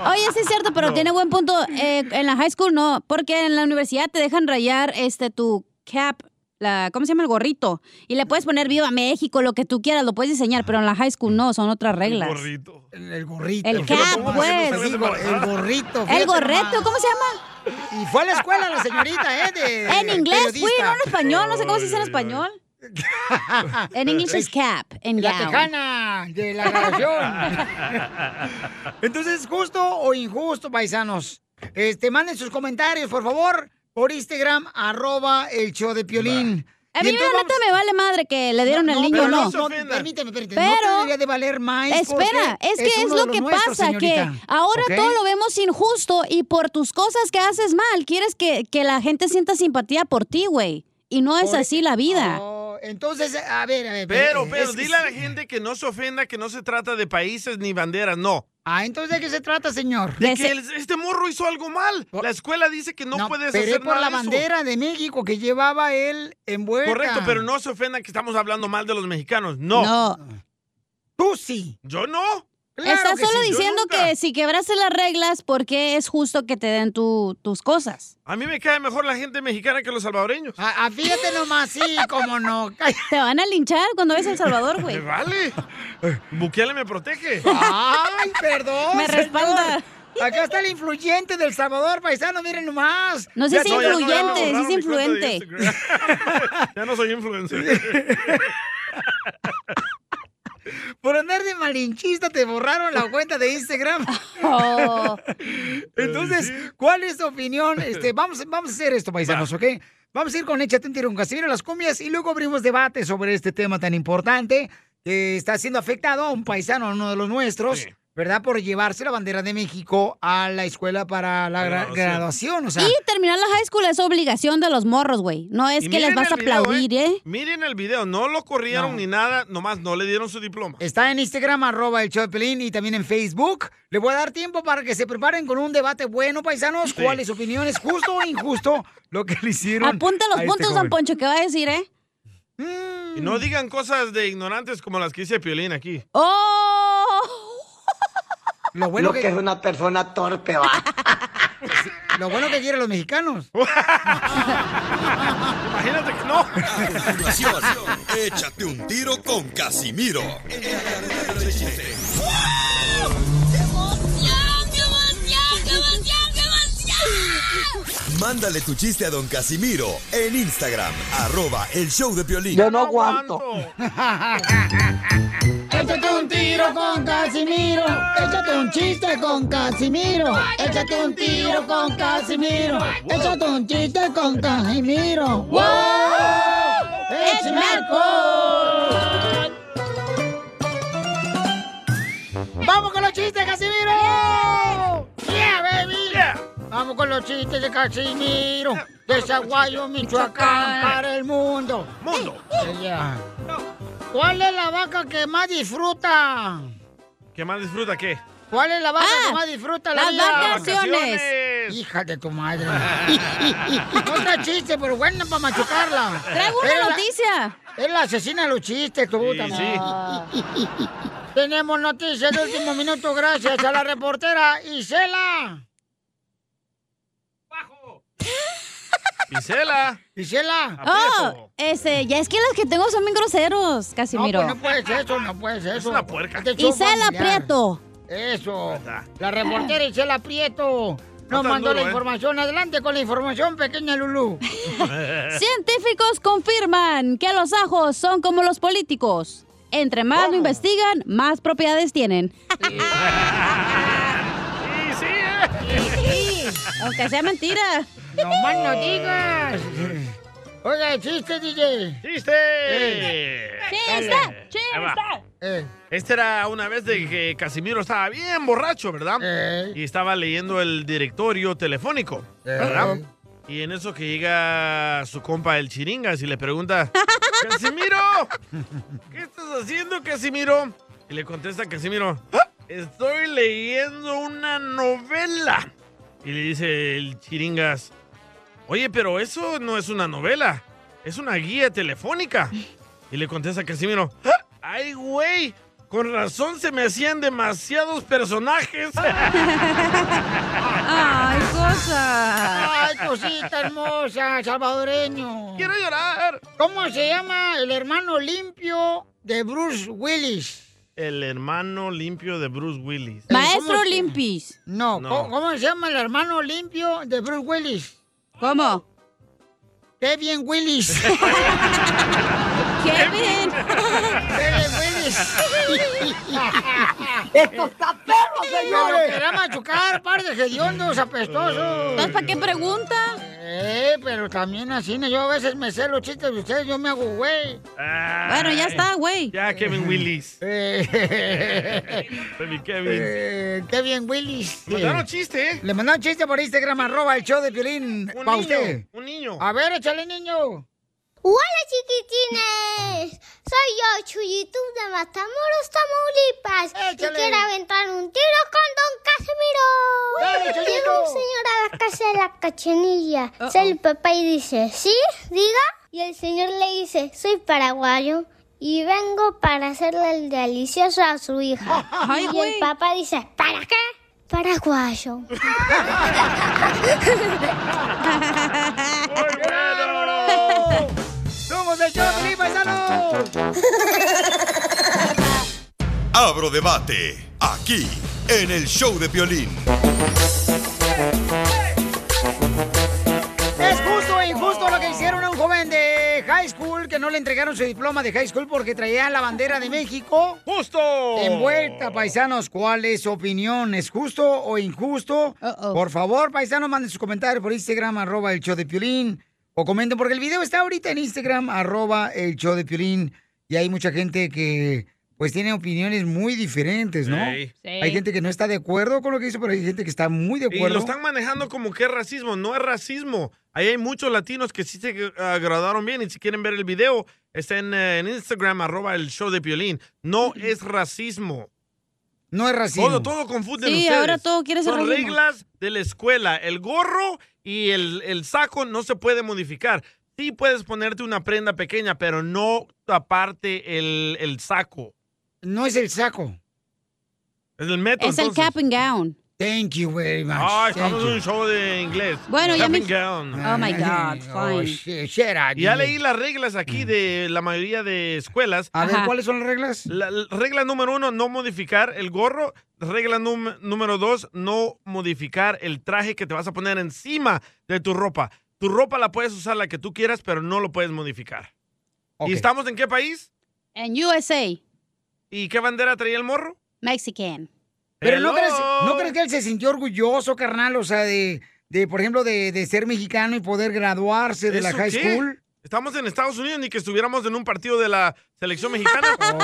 Speaker 3: huevo. Oye, sí es cierto, pero
Speaker 2: No.
Speaker 3: tiene buen punto. eh, en la high school no, porque en la universidad te dejan rayar este tu cap, la, ¿cómo se llama? El gorrito. Y le puedes poner Viva México, lo que tú quieras, lo puedes diseñar, pero en la high school no, son otras reglas.
Speaker 4: gorrito.
Speaker 2: El, el gorrito.
Speaker 3: El
Speaker 2: Yo
Speaker 3: cap,
Speaker 2: lo pongo para que no
Speaker 3: pues.
Speaker 2: salgas embarazada. el gorrito.
Speaker 3: El
Speaker 2: fíjate
Speaker 3: gorreto,
Speaker 2: nomás.
Speaker 3: ¿cómo se llama?
Speaker 2: Y fue a la escuela la señorita, ¿eh? De,
Speaker 3: En inglés,
Speaker 2: periodista.
Speaker 3: güey, no en español, no sé cómo se dice en español. En inglés es cap, en
Speaker 2: La
Speaker 3: gown.
Speaker 2: tejana de la grabación. Entonces, ¿justo o injusto, paisanos? Este, manden sus comentarios, por favor, por Instagram, arroba el show de Piolín.
Speaker 3: A mí la neta me vale madre que le dieron al niño o no.
Speaker 2: permíteme, permíteme.
Speaker 3: Pero-
Speaker 2: no te debería de valer más.
Speaker 3: Espera,
Speaker 2: porque
Speaker 3: es que es,
Speaker 2: uno de
Speaker 3: lo
Speaker 2: los
Speaker 3: que
Speaker 2: nuestros,
Speaker 3: pasa,
Speaker 2: señorita.
Speaker 3: que ahora
Speaker 2: ¿Ok?
Speaker 3: todo lo vemos injusto y por tus cosas que haces mal, quieres que, que la gente sienta simpatía por ti, güey. Y no es
Speaker 4: Por-
Speaker 2: e-
Speaker 3: así la vida.
Speaker 2: Oh, Entonces, a ver, a ver.
Speaker 4: Pero, pero,
Speaker 2: Eh, es-
Speaker 4: dile a la gente que no se ofenda, que no se trata de países ni banderas, no.
Speaker 2: Ah, entonces, ¿de qué se trata, señor? Oh.
Speaker 4: De que el- este morro hizo algo mal. La escuela dice que no, puedes
Speaker 2: Pero es
Speaker 4: hacer
Speaker 2: por la
Speaker 4: nada de eso.
Speaker 2: bandera de México que llevaba él envuelta.
Speaker 4: Correcto, pero no se ofendan que estamos hablando mal de los mexicanos. No.
Speaker 3: No.
Speaker 2: Tú sí.
Speaker 4: Yo no.
Speaker 3: Estás solo
Speaker 4: Yo
Speaker 3: diciendo
Speaker 4: nunca.
Speaker 3: que si quebraste las reglas, ¿por qué es justo que te den tu- tus cosas?
Speaker 4: A mí me cae mejor la gente mexicana que los salvadoreños.
Speaker 2: Ah, fíjate nomás, sí, como no.
Speaker 3: Te van a linchar cuando ves El Salvador, güey.
Speaker 4: Me vale. Eh, Bukele me protege.
Speaker 2: Ay, perdón.
Speaker 3: Me
Speaker 2: señor.
Speaker 3: respalda.
Speaker 2: Acá está el influyente del Salvador, paisano, miren nomás.
Speaker 3: No sé si es influyente, si es influente.
Speaker 4: Ya no soy influencer.
Speaker 2: Por andar de malinchista te borraron la cuenta de Instagram.
Speaker 3: Oh.
Speaker 2: Entonces, ¿cuál es tu opinión? Este, vamos, vamos a hacer esto, paisanos, ¿ok? Vamos a ir con Échate un tiro con Casimiro las cumbias y luego abrimos debate sobre este tema tan importante que está siendo afectado a un paisano, a uno de los nuestros, ¿verdad? Por llevarse la bandera de México a la escuela para la gra- graduación, o sea.
Speaker 3: y terminar la high school es obligación de los morros, güey. No es
Speaker 4: Y
Speaker 3: que les
Speaker 4: miren
Speaker 3: vas a
Speaker 4: el video,
Speaker 3: aplaudir, ¿eh?
Speaker 4: Miren el video, no lo corrieron ni nada, nomás no le dieron su diploma.
Speaker 2: Está en Instagram, arroba el show de Pelín, y también en Facebook. Le voy a dar tiempo para que se preparen con un debate bueno, paisanos. ¿Cuáles opiniones? ¿Justo o injusto lo que le hicieron?
Speaker 3: Apunta los
Speaker 2: a este
Speaker 3: puntos, don
Speaker 2: joven?
Speaker 3: Poncho, ¿qué va a decir, eh?
Speaker 4: Y no digan cosas de ignorantes como las que dice Piolín aquí.
Speaker 3: ¡Oh!
Speaker 2: Lo
Speaker 4: bueno
Speaker 18: bueno que...
Speaker 4: que-
Speaker 18: es una persona torpe, va.
Speaker 2: Lo bueno que quieren los mexicanos.
Speaker 4: Imagínate que no.
Speaker 5: Continuación, échate un tiro con Casimiro. Mándale tu chiste a don Casimiro en Instagram, arroba el show de Piolín.
Speaker 12: Yo no aguanto.
Speaker 2: Échate un tiro con Casimiro. Échate un chiste con Casimiro. Échate un tiro con Casimiro. Échate un chiste con Casimiro. ¡Wow! ¡Échame alcohol! ¡Vamos con los chistes, Casimiro! ¡Yeah, baby! Vamos con los chistes de Casimiro. De Zaguayo, Michoacán, para el mundo.
Speaker 4: ¡Mundo!
Speaker 2: ¿Cuál es la vaca que más disfruta?
Speaker 4: ¿Qué más disfruta qué?
Speaker 2: ¿Cuál es la vaca
Speaker 4: Ah,
Speaker 2: que más disfruta la
Speaker 4: las
Speaker 2: vida?
Speaker 4: vacaciones.
Speaker 2: Hija de tu madre. no está chiste, pero bueno, para machucarla.
Speaker 3: Traigo una noticia.
Speaker 2: Es la asesina de los chistes, tu puta madre. Tenemos noticias de último minuto gracias a la reportera Isela.
Speaker 4: Isela.
Speaker 2: Isela.
Speaker 3: Oh, este, ya es que las que tengo son bien groseros, Casimiro.
Speaker 2: No, pues no puedes eso, no puedes eso. Es una puerca.
Speaker 3: Isela Prieto.
Speaker 2: Eso. La reportera Isela Prieto.
Speaker 3: No
Speaker 2: Nos
Speaker 3: tan
Speaker 2: mandó
Speaker 3: duro,
Speaker 2: la
Speaker 3: ¿eh?
Speaker 2: información. Adelante con la información, pequeña Lulú.
Speaker 3: Científicos confirman que los ajos son como los políticos. Entre más
Speaker 2: Oh.
Speaker 3: lo investigan, más propiedades tienen.
Speaker 2: ¿eh?
Speaker 3: Sí, aunque sea mentira.
Speaker 2: No más no digas. Oiga, chiste, DJ.
Speaker 4: ¡Chiste!
Speaker 3: ¡Chiste!
Speaker 4: Ahí va. Este era una vez de que Casimiro estaba bien borracho, ¿verdad? Y estaba leyendo el directorio telefónico, ¿verdad? Y en eso que llega su compa el Chiringas y le pregunta, ¡Casimiro! ¿Qué estás haciendo, Casimiro? Y le contesta Casimiro, "Ah, estoy leyendo una novela. Y le dice el Chiringas, oye, pero eso no es una novela, es una guía telefónica. Y le contesta Casimiro, "Ah, ¡Ay, güey! Con razón se me hacían demasiados personajes.
Speaker 3: ¡Ay, cosa!
Speaker 2: ¡Ay, cosita hermosa, salvadoreño!
Speaker 4: ¡Quiero llorar!
Speaker 2: ¿Cómo se llama el hermano limpio de Bruce Willis?
Speaker 4: El hermano limpio de Bruce Willis.
Speaker 2: ¿Cómo se-
Speaker 3: Limpis.
Speaker 2: No,
Speaker 4: No.
Speaker 2: ¿cómo, cómo se llama el hermano limpio de Bruce Willis?
Speaker 3: ¿Cómo?
Speaker 2: Kevin Willis.
Speaker 3: Kevin.
Speaker 2: Kevin Willis.
Speaker 12: ¡Esto está perro,
Speaker 2: Pero
Speaker 12: señores!
Speaker 2: querá machucar, par de hediondos apestosos.
Speaker 3: Entonces, ¿para qué pregunta?
Speaker 2: Eh, pero también así, ¿no? yo a veces me sé los chistes de ustedes, yo me hago güey.
Speaker 3: Bueno, ya está, güey.
Speaker 4: Ya, Kevin Willis. Baby Kevin.
Speaker 2: Eh, Kevin Willis.
Speaker 4: Le mandaron chiste, ¿eh?
Speaker 2: Le mandaron chiste por Instagram, arroba el show de Piolín.
Speaker 4: Un
Speaker 2: pa'
Speaker 4: niño,
Speaker 2: usted.
Speaker 4: un niño.
Speaker 2: A ver, échale, niño.
Speaker 1: ¡Hola chiquitines! Soy yo, Chuyitú de Matamoros, Tamaulipas. Y
Speaker 12: Échale.
Speaker 1: quiero aventar un tiro con
Speaker 12: Dale,
Speaker 1: Don Casimiro.
Speaker 12: Chuyito.
Speaker 1: Llega un señor a la casa de la cachenilla. Sale el papá y dice, ¿sí? Diga. Y el señor le dice, soy paraguayo. Y vengo para hacerle el delicioso a su hija.
Speaker 12: Ay,
Speaker 1: y
Speaker 12: güey.
Speaker 1: el papá dice, ¿para qué? Paraguayo.
Speaker 4: Oh.
Speaker 2: ¡Somos el show de Piolín, paisanos!
Speaker 5: Abro debate aquí en el show de Piolín.
Speaker 2: Es justo e injusto lo que hicieron a un joven de high school que no le entregaron su diploma de high school porque traía la bandera de México.
Speaker 4: ¡Justo!
Speaker 2: Envuelta, paisanos, ¿cuál es su opinión? ¿Es justo o injusto? Por favor, paisanos, manden sus comentarios por Instagram, arroba el show de Piolín. O comenten, porque el video está ahorita en Instagram, arroba el show de Piolín. Y hay mucha gente que, pues, tiene opiniones muy diferentes, ¿no?
Speaker 4: Sí. Sí.
Speaker 2: Hay gente que no está de acuerdo con lo que hizo, pero hay gente que está muy de
Speaker 4: Y
Speaker 2: acuerdo.
Speaker 4: lo están manejando como que es racismo. No es racismo. Ahí hay muchos latinos que sí se eh, graduaron bien. Y si quieren ver el video, está en, eh, en Instagram, arroba el show de Piolín. No es racismo.
Speaker 2: No es racismo.
Speaker 4: Todo, todo confunden
Speaker 3: Sí,
Speaker 4: ustedes.
Speaker 3: ahora todo quiere ser
Speaker 4: Son
Speaker 3: racismo.
Speaker 4: reglas de la escuela. El gorro y el, el saco no se puede modificar. Sí puedes ponerte una prenda pequeña, pero no taparte el, el saco.
Speaker 2: No es el saco.
Speaker 4: Es el metro,
Speaker 3: Es el
Speaker 4: entonces.
Speaker 3: cap and gown.
Speaker 2: Thank you very much.
Speaker 4: Ah,
Speaker 2: Thank
Speaker 4: estamos en
Speaker 2: you.
Speaker 4: un show de inglés.
Speaker 3: Bueno, ya
Speaker 4: Cap
Speaker 3: me-
Speaker 4: and gown.
Speaker 3: Oh, my God, fine.
Speaker 2: Oh, sh- shut up,
Speaker 4: Ya
Speaker 2: dude.
Speaker 4: leí las reglas aquí de la mayoría de escuelas.
Speaker 2: A ver, Ajá. ¿cuáles son las reglas?
Speaker 4: La, la regla número uno, no modificar el gorro. Regla num- número dos, no modificar el traje que te vas a poner encima de tu ropa. Tu ropa la puedes usar la que tú quieras, pero no lo puedes modificar.
Speaker 3: Ok.
Speaker 4: ¿Y estamos en qué país?
Speaker 3: En USA,
Speaker 4: ¿Y qué bandera traía el morro?
Speaker 3: Mexican.
Speaker 2: Pero no
Speaker 4: Hello.
Speaker 2: crees, ¿no crees que él se sintió orgulloso, carnal? O sea, de, de por ejemplo, de, de ser mexicano y poder graduarse de la
Speaker 4: ¿Eso
Speaker 2: high
Speaker 4: qué?
Speaker 2: school.
Speaker 4: Estamos en Estados Unidos ni que estuviéramos en un partido de la selección mexicana.
Speaker 2: Oh.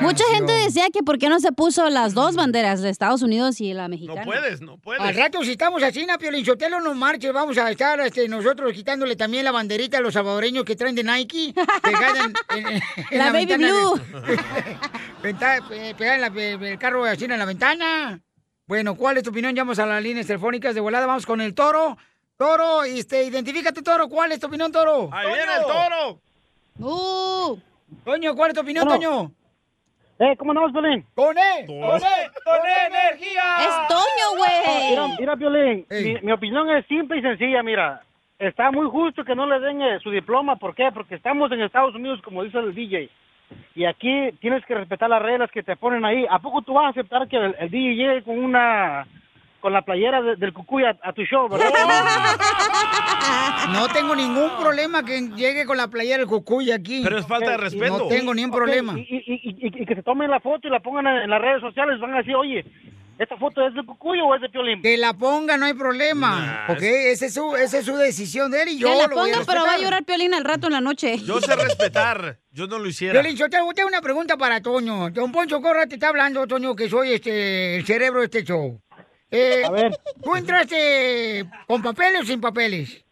Speaker 3: Mucha gente decía que por qué no se puso las
Speaker 4: Mm.
Speaker 3: dos banderas de Estados Unidos y la mexicana.
Speaker 4: puedes, no puedes.
Speaker 2: Al rato, si estamos así, na Piolinchotelo no marche, vamos a estar este, nosotros quitándole también la banderita a los salvadoreños que traen de Nike, pegada en, en- en
Speaker 12: La Baby
Speaker 2: ventana de-
Speaker 12: Blue.
Speaker 2: Venta- eh, pegada en la- eh, el carro así en la ventana. Bueno, ¿cuál es tu opinión? Llamamos a las líneas telefónicas de volada, vamos con el toro. Toro, este, identifícate, toro. ¿Cuál es tu opinión, toro?
Speaker 4: ¡Ahí viene el toro!
Speaker 3: ¡Uh!
Speaker 2: Toño, ¿cuál es tu opinión, Toño?
Speaker 19: Eh, ¿cómo andamos, Piolín?
Speaker 2: ¡Con E. él!
Speaker 19: ¡Con E.
Speaker 2: él! ¡Con energía!
Speaker 3: ¡Es Toño, güey!
Speaker 19: Oh, Mira, mira, Piolín, mi, mi opinión es simple y sencilla, mira. Está muy justo que no le den eh, su diploma, ¿por qué? Porque estamos en Estados Unidos, como dice el DJ. Y aquí tienes que respetar las reglas que te ponen ahí. ¿A poco tú vas a aceptar que el, el DJ llegue con una... con la playera de- del cucuy a, a tu show, verdad?
Speaker 2: No tengo ningún problema que llegue con la playera del cucuy aquí.
Speaker 19: Pero es falta de respeto.
Speaker 2: No tengo ningún
Speaker 19: Ok,
Speaker 2: problema.
Speaker 19: y- y, y- y que se tomen la foto y la pongan en, en las redes sociales, van a decir, oye, ¿esta foto es de Cucuyo o es de Piolín?
Speaker 2: Que la ponga, no hay problema.
Speaker 19: Nah,
Speaker 2: ok, esa es, su, esa es su decisión de él y yo
Speaker 3: que la
Speaker 2: lo voy a
Speaker 3: ponga, pero va a
Speaker 2: respetar.
Speaker 3: llorar Piolín al rato en la noche.
Speaker 4: Yo sé respetar. Yo no lo hiciera.
Speaker 2: Violín, yo te- yo tengo una pregunta para Toño. Don Poncho Corra te está hablando, Toño, que soy este el cerebro de este show. Eh,
Speaker 19: A ver.
Speaker 2: ¿Tú entraste con papeles o sin papeles?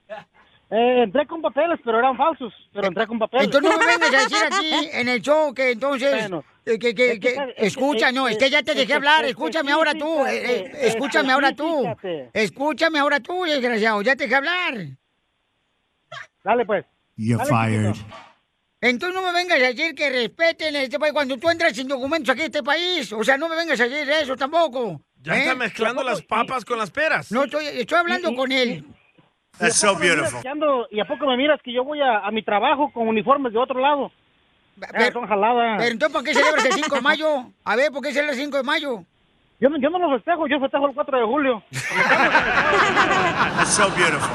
Speaker 19: Eh, entré con papeles, pero eran falsos. Pero entré con papeles.
Speaker 2: Entonces no me vengas a decir aquí en el show que entonces...
Speaker 19: Bueno.
Speaker 2: eh, que, que-
Speaker 19: Es que
Speaker 2: que-
Speaker 19: sabe- es que-
Speaker 2: escucha, no,
Speaker 19: es-
Speaker 2: es que ya te
Speaker 19: es-
Speaker 2: dejé
Speaker 19: es-
Speaker 2: hablar,
Speaker 19: es-
Speaker 2: escúchame ahora tú, eh, eh,
Speaker 19: específicate,
Speaker 2: escúchame ahora tú,
Speaker 19: específicate.
Speaker 2: escúchame ahora tú, desgraciado, ya te dejé hablar.
Speaker 19: Dale pues.
Speaker 13: You're
Speaker 2: Dale,
Speaker 13: fired.
Speaker 2: Entonces no me vengas a decir que respeten este país cuando tú entras sin documentos aquí a este país. O sea, no me vengas a decir eso tampoco.
Speaker 4: Ya
Speaker 2: ¿eh?
Speaker 4: está mezclando las papas con las peras.
Speaker 2: No, estoy, estoy hablando con él.
Speaker 4: That's so
Speaker 19: ¿Y a poco me miras
Speaker 4: beautiful.
Speaker 19: que ando- ¿Y a poco me miras que yo voy a, a mi trabajo con uniformes de otro lado?
Speaker 2: pero-
Speaker 19: Ah, son jaladas.
Speaker 2: Pero entonces, ¿por qué celebras el 5 de mayo? A ver, ¿por qué celebras el 5 de mayo?
Speaker 19: Yo no, yo no lo festejo, yo festejo el 4 de julio.
Speaker 4: Ah,
Speaker 2: That's so beautiful.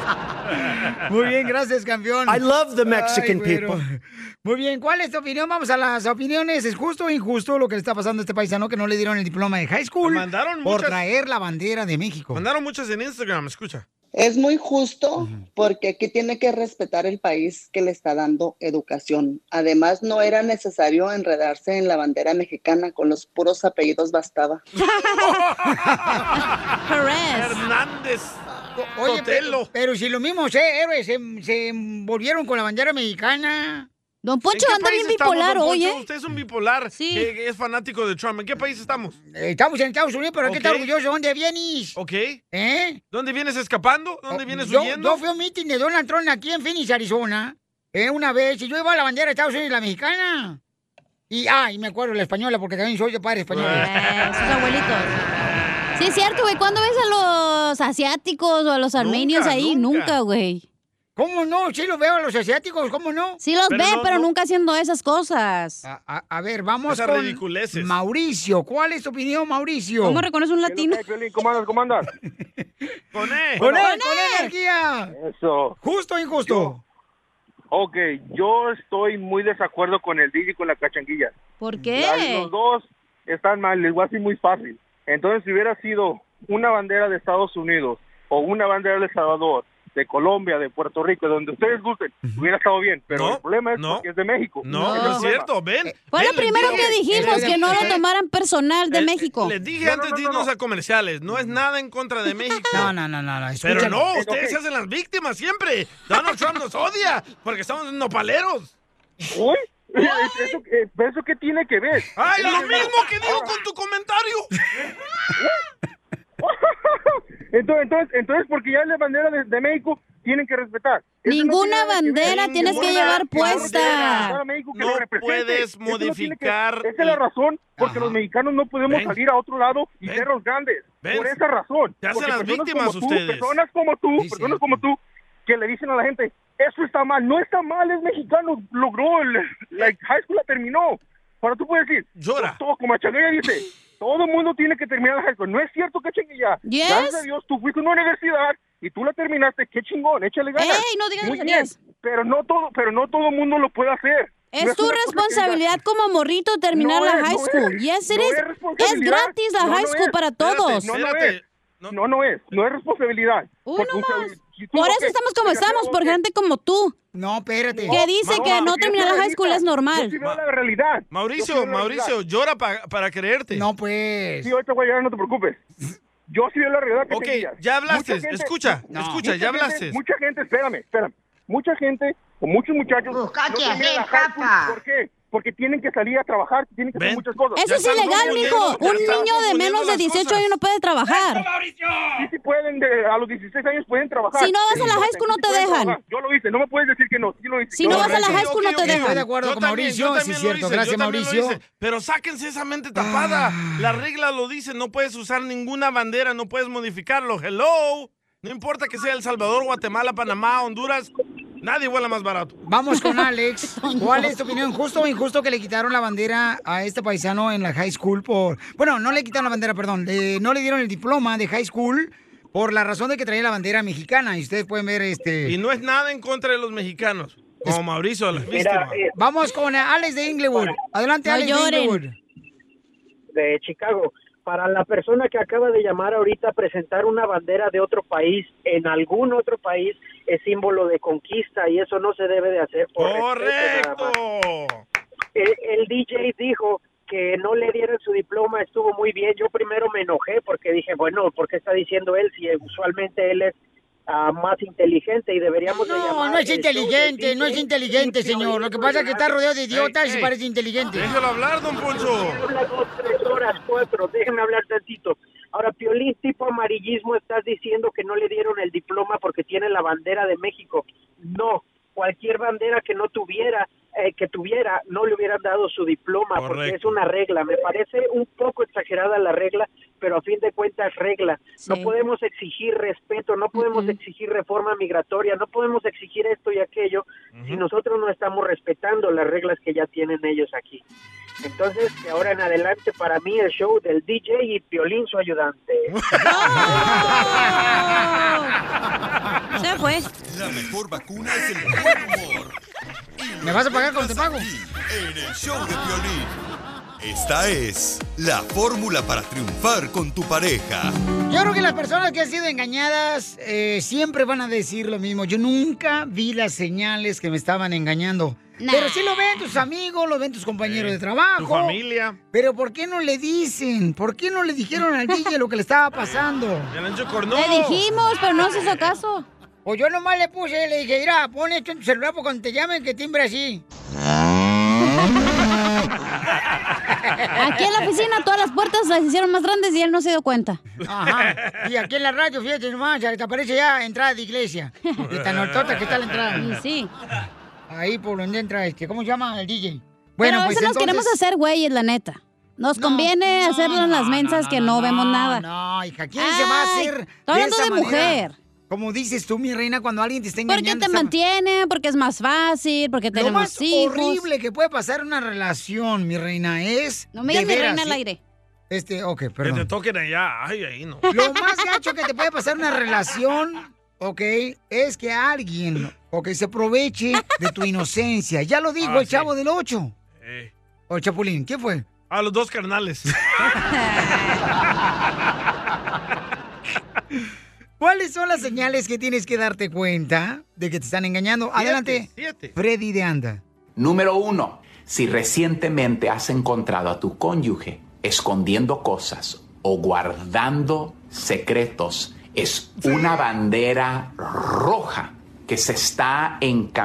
Speaker 2: Muy bien, gracias, campeón.
Speaker 15: I love the Mexican
Speaker 2: Ay, güero.
Speaker 15: people.
Speaker 2: Muy bien, ¿cuál es tu opinión? Vamos a las opiniones. ¿Es justo o injusto lo que le está pasando a este paisano que no le dieron el diploma de high school
Speaker 4: Mandaron
Speaker 2: por
Speaker 4: muchas-
Speaker 2: traer la bandera de México?
Speaker 4: Mandaron muchas en Instagram, escucha.
Speaker 20: Es muy justo porque aquí tiene que respetar el país que le está dando educación. Además, no era necesario enredarse en la bandera mexicana con los puros apellidos bastaba.
Speaker 4: Hernández.
Speaker 2: Oye, pe- pero, si los mismos eh, héroes se, se volvieron con la bandera mexicana.
Speaker 3: Don
Speaker 4: ¿En qué país estamos, don
Speaker 3: ¿eh?
Speaker 4: Poncho? Usted es un bipolar que que es fanático de Trump. ¿En qué país estamos?
Speaker 2: Eh, Estamos en Estados Unidos, pero hay que estar
Speaker 4: Ok.
Speaker 2: orgulloso. ¿Dónde vienes?
Speaker 4: ¿Ok?
Speaker 2: ¿Eh? Oh,
Speaker 4: ¿Dónde vienes escapando? ¿Dónde vienes
Speaker 2: yo,
Speaker 4: huyendo?
Speaker 2: yo fui a un meeting de Donald Trump aquí en Phoenix, Arizona, eh, una vez, y yo iba a la bandera de Estados Unidos y la mexicana. Y, ah, y me acuerdo la española, porque también soy de padre español.
Speaker 3: sus abuelitos. Sí, es cierto, güey. ¿Cuándo ves a los asiáticos o a los armenios ahí? Nunca, güey.
Speaker 2: ¿Cómo no? Sí los veo a los asiáticos, ¿cómo no?
Speaker 3: Sí los
Speaker 2: Pero
Speaker 3: ve,
Speaker 2: no,
Speaker 3: pero
Speaker 2: no.
Speaker 3: nunca haciendo esas cosas.
Speaker 4: Ah,
Speaker 2: A, ver, vamos
Speaker 4: Esas
Speaker 2: con
Speaker 4: ridiculeces.
Speaker 2: Mauricio. ¿Cuál es tu opinión, Mauricio?
Speaker 3: ¿Cómo reconoce un latino?
Speaker 18: ¿Cómo andas? ¿Cómo andas?
Speaker 4: Eh, ¡Con
Speaker 2: ¡Con él, con energía!
Speaker 18: Eso.
Speaker 2: ¿Justo o injusto?
Speaker 18: ok, yo estoy muy desacuerdo con el DJ y con la cachanguilla.
Speaker 3: ¿Por
Speaker 18: La-
Speaker 3: qué?
Speaker 18: Los dos están mal, les voy a decir muy fácil. Entonces, si hubiera sido una bandera de Estados Unidos o una bandera de El Salvador, de Colombia, de Puerto Rico, de donde ustedes gusten, hubiera estado bien. Pero el problema es porque es de México. Ese
Speaker 4: No, no es
Speaker 18: el problema.
Speaker 4: cierto. Ven.
Speaker 3: Fue lo
Speaker 4: ven, les
Speaker 3: primero
Speaker 4: dije.
Speaker 3: que dijimos, que no lo tomaran personal de
Speaker 4: El-
Speaker 3: México.
Speaker 4: Les dije antes de irnos a comerciales, no es nada en contra de México.
Speaker 2: Mm. No, no, no, no.
Speaker 4: Pero
Speaker 2: escúchame.
Speaker 4: no,
Speaker 2: Es
Speaker 4: ustedes
Speaker 2: ok.
Speaker 4: se hacen las víctimas siempre. Donald Trump nos odia porque somos nopaleros.
Speaker 18: Uy, ¿eso, eh, ¿eso qué tiene que ver?
Speaker 4: ¡Ay, lo mismo que digo con tu comentario!
Speaker 18: Entonces, entonces, entonces porque ya la bandera de, de México tienen que respetar. Eso no
Speaker 3: Ninguna
Speaker 18: tiene nada que ver.
Speaker 3: bandera tienes que
Speaker 18: Ninguna
Speaker 3: llevar
Speaker 18: bandera
Speaker 3: puesta.
Speaker 18: tiene que representar a México que
Speaker 4: No
Speaker 18: lo represente.
Speaker 4: puedes
Speaker 18: Eso no tiene que-
Speaker 4: modificar
Speaker 18: esa es la razón porque los mexicanos no podemos
Speaker 4: Ven.
Speaker 18: salir a otro lado y
Speaker 4: Ven.
Speaker 18: ser los grandes.
Speaker 4: Ven.
Speaker 18: Por esa razón.
Speaker 4: Se hacen
Speaker 18: Porque
Speaker 4: las
Speaker 18: personas
Speaker 4: víctimas
Speaker 18: como tú,
Speaker 4: ustedes.
Speaker 18: Personas como tú, personas como tú, que le dicen a la gente, eso está mal. No está mal, es mexicano, logró, el, la high school la terminó. Ahora tú puedes decir,
Speaker 4: llora.
Speaker 18: Todo, como Changuilla dice, todo el mundo tiene que terminar la high school. No es cierto que Changuilla.
Speaker 3: Yes.
Speaker 18: Gracias a Dios, tú fuiste a una universidad y tú la terminaste. Qué chingón, échale ganas.
Speaker 3: Ey, no digas
Speaker 18: Muy bien,
Speaker 3: groserías.
Speaker 18: Pero no todo, pero no todo el mundo lo puede hacer. No
Speaker 3: Es tu
Speaker 18: una cosa que
Speaker 3: responsabilidad como morrito terminar
Speaker 18: No
Speaker 3: la
Speaker 18: es,
Speaker 3: high
Speaker 18: no
Speaker 3: school.
Speaker 18: es.
Speaker 3: Yes, it
Speaker 18: No
Speaker 3: is.
Speaker 18: es
Speaker 3: Es
Speaker 18: responsabilidad.
Speaker 3: gratis la
Speaker 18: No, no
Speaker 3: high school
Speaker 18: es.
Speaker 3: para
Speaker 18: Espérate,
Speaker 3: todos.
Speaker 18: No, no es. No, no es. No es responsabilidad.
Speaker 3: Uy,
Speaker 18: Porque
Speaker 3: no
Speaker 18: usted-
Speaker 3: más.
Speaker 18: si tú-
Speaker 3: Por eso
Speaker 18: ok,
Speaker 3: estamos como
Speaker 18: fíjate,
Speaker 3: estamos, por
Speaker 18: ok.
Speaker 3: gente como tú.
Speaker 2: No, espérate.
Speaker 3: Que dice que no
Speaker 18: fíjate
Speaker 3: terminar la high school
Speaker 18: realidad.
Speaker 3: es normal.
Speaker 18: Yo sí veo la realidad. Yo
Speaker 4: Mauricio,
Speaker 18: sí veo la
Speaker 4: Mauricio,
Speaker 18: realidad.
Speaker 4: llora pa- para creerte.
Speaker 2: No, pues.
Speaker 18: Sí, ahorita voy a llegar, no te preocupes. Yo sí veo la realidad que
Speaker 4: Ok,
Speaker 18: tenías.
Speaker 4: ya hablaste,
Speaker 18: Mucha
Speaker 4: escucha, No. escucha,
Speaker 18: mucha
Speaker 4: ya
Speaker 18: gente-
Speaker 4: hablaste.
Speaker 18: mucha gente, espérame, espérame. Mucha gente o muchos muchachos.
Speaker 21: Buscate
Speaker 18: terminan
Speaker 21: hacer
Speaker 18: la high school.
Speaker 21: papa.
Speaker 18: ¿Por qué? porque tienen que salir a trabajar, tienen que hacer muchas cosas.
Speaker 3: Eso es ilegal, mijo. Un niño de menos de 18 años no puede trabajar.
Speaker 18: Sí, sí pueden, de- a los 16 años pueden trabajar.
Speaker 3: Si no vas a la
Speaker 18: Sí,
Speaker 3: high school, no te
Speaker 18: pueden
Speaker 3: dejan.
Speaker 18: trabajar. Yo lo hice, no me puedes decir que no, sí lo hice.
Speaker 3: Si no vas a la high school, no te dejan.
Speaker 2: Estoy de acuerdo
Speaker 4: Yo
Speaker 2: con
Speaker 4: también,
Speaker 2: Mauricio,
Speaker 4: yo
Speaker 2: sí es
Speaker 4: también lo
Speaker 2: cierto.
Speaker 4: hice, yo
Speaker 2: Gracias,
Speaker 4: también lo
Speaker 2: Mauricio.
Speaker 4: hice. Pero sáquense esa mente tapada.
Speaker 3: Ah.
Speaker 4: Las reglas lo dicen, no puedes usar ninguna bandera, no puedes modificarlo. Hello. No importa que sea El Salvador, Guatemala, Panamá, Honduras, nadie vuela más barato.
Speaker 2: Vamos con Alex. ¿Cuál es tu opinión? ¿Justo o injusto que le quitaron la bandera a este paisano en la high school por... Bueno, no le quitaron la bandera, perdón. eh, no le dieron el diploma de high school por la razón de que traía la bandera mexicana. Y ustedes pueden ver este...
Speaker 4: Y no es nada en contra de los mexicanos. Como Mauricio, la víctima.
Speaker 3: eh,
Speaker 18: eh,
Speaker 2: Vamos con Alex de Inglewood. Adelante,
Speaker 4: No
Speaker 2: Alex
Speaker 4: lloren.
Speaker 2: de Inglewood.
Speaker 22: de Chicago. Para la persona que acaba de llamar ahorita, presentar una bandera de otro país en algún otro país es símbolo de conquista y eso no se debe de hacer. Por respeto nada más. El, el DJ dijo que no le dieron su diploma, estuvo muy bien. Yo primero me enojé porque dije, bueno, ¿por qué está diciendo él si usualmente él es ah, más inteligente y deberíamos de
Speaker 2: No,
Speaker 22: llamar
Speaker 2: no es
Speaker 22: el show de
Speaker 2: inteligente, no es
Speaker 22: DJ?
Speaker 2: inteligente, señor. Lo que pasa es que está rodeado de idiotas
Speaker 22: Ey,
Speaker 2: y
Speaker 22: ey.
Speaker 2: parece inteligente.
Speaker 22: Déjalo hablar, don Poncho. Habla dos, tres horas, cuatro. Déjeme hablar tantito. Ahora, Piolín, tipo amarillismo, estás diciendo que no le dieron el diploma porque tiene la bandera de México. No, cualquier bandera que no tuviera, eh, que tuviera, no le hubieran dado su diploma porque
Speaker 13: Correcto.
Speaker 22: es una regla. Me parece un poco exagerada la regla, pero a fin de cuentas regla. No podemos exigir respeto, no podemos exigir reforma migratoria, no podemos exigir esto y aquello si nosotros no estamos respetando las reglas que ya tienen ellos aquí. Entonces, de ahora en adelante, para mí el show del DJ y Piolín su ayudante.
Speaker 3: Se fue.
Speaker 5: La mejor vacuna es el buen humor.
Speaker 2: ¿Me vas a pagar cuando te pago?
Speaker 5: En el show de violín. Esta es la fórmula para triunfar con tu pareja.
Speaker 2: Yo creo que las personas que han sido engañadas eh, siempre van a decir lo mismo. Yo nunca vi las señales que me estaban engañando.
Speaker 3: Nah.
Speaker 2: Pero sí lo ven tus amigos, lo ven tus compañeros de trabajo.
Speaker 4: tu familia.
Speaker 2: Pero ¿por qué no le dicen? ¿Por qué no le dijeron al DJ lo que le estaba pasando?
Speaker 4: El ancho cornudo.
Speaker 2: Le dijimos, pero no se hizo caso. O yo nomás le puse, le dije, mira, pon esto en tu celular porque cuando te llamen que timbre así.
Speaker 3: Aquí en la oficina todas las puertas las hicieron más grandes y él no se dio cuenta.
Speaker 2: Ajá. Y aquí en la radio, fíjate nomás, ya te aparece ya entrada de iglesia. De tan hortota que está la entrada.
Speaker 3: Y sí.
Speaker 2: Ahí por donde entra este, ¿cómo se llama el DJ?
Speaker 3: Bueno,
Speaker 2: pues
Speaker 3: pero a veces nos queremos hacer güeyes, la neta. Nos conviene hacerlo en
Speaker 2: Ah,
Speaker 3: las mensas que no, vemos nada.
Speaker 2: No, hija, ¿quién se va a
Speaker 3: Ay,
Speaker 2: hacer?
Speaker 3: estoy hablando
Speaker 2: esa
Speaker 3: de
Speaker 2: manera?
Speaker 3: mujer.
Speaker 2: Como dices tú, mi reina, cuando alguien te está engañando.
Speaker 3: Porque te
Speaker 2: está-
Speaker 3: mantienen, porque es más fácil, porque
Speaker 2: Lo
Speaker 3: tenemos
Speaker 2: más
Speaker 3: hijos.
Speaker 2: horrible que puede pasar en una relación, mi reina, es.
Speaker 3: No me
Speaker 2: de
Speaker 3: digas mi
Speaker 2: veras,
Speaker 3: reina al
Speaker 2: ¿sí?
Speaker 3: aire.
Speaker 2: Este, ok,
Speaker 4: Que te
Speaker 2: perdón.
Speaker 4: toquen allá. Ay, ahí no.
Speaker 2: Lo más gacho que te puede pasar en una relación, ok, es que alguien, ok, se aproveche de tu inocencia. Ya lo dijo
Speaker 4: Ah,
Speaker 2: el
Speaker 4: sí.
Speaker 2: chavo del 8.
Speaker 4: Eh,
Speaker 2: O Chapulín, ¿qué fue?
Speaker 4: a los dos carnales.
Speaker 2: ¿Cuáles son las señales que tienes que darte cuenta de que te están engañando? Adelante, Freddy de Anda.
Speaker 23: Número uno, si recientemente has encontrado a tu cónyuge escondiendo cosas o guardando secretos, es una bandera roja que se está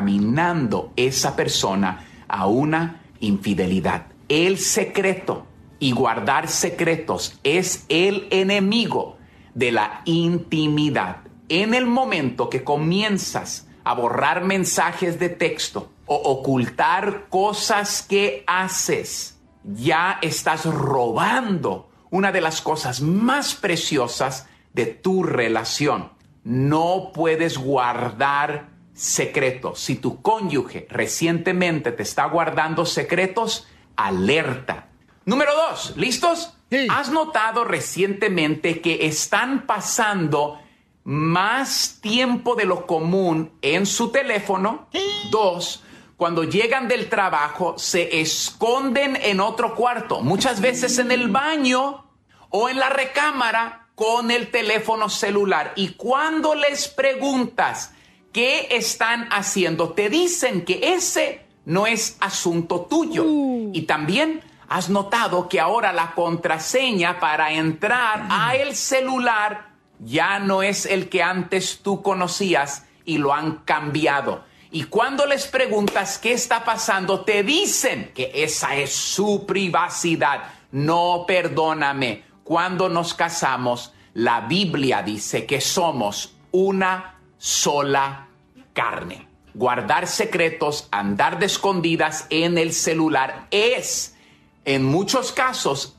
Speaker 23: encaminando esa persona a una infidelidad. El secreto y guardar secretos es el enemigo de la intimidad. En el momento que comienzas a borrar mensajes de texto o ocultar cosas que haces, ya estás robando una de las cosas más preciosas de tu relación. No puedes guardar secretos. Si tu cónyuge recientemente te está guardando secretos, alerta. Número dos, ¿listos? ¿Has notado recientemente que están pasando más tiempo de lo común en su teléfono? Dos, cuando llegan del trabajo se esconden en otro cuarto, muchas veces en el baño o en la recámara con el teléfono celular. Y cuando les preguntas qué están haciendo, te dicen que ese no es asunto tuyo. Y también has notado que ahora la contraseña para entrar a el celular ya no es el que antes tú conocías y lo han cambiado. Y cuando les preguntas qué está pasando, te dicen que esa es su privacidad. No, perdóname. Cuando nos casamos, la Biblia dice que somos una sola carne. Guardar secretos, andar de escondidas en el celular es, en muchos casos,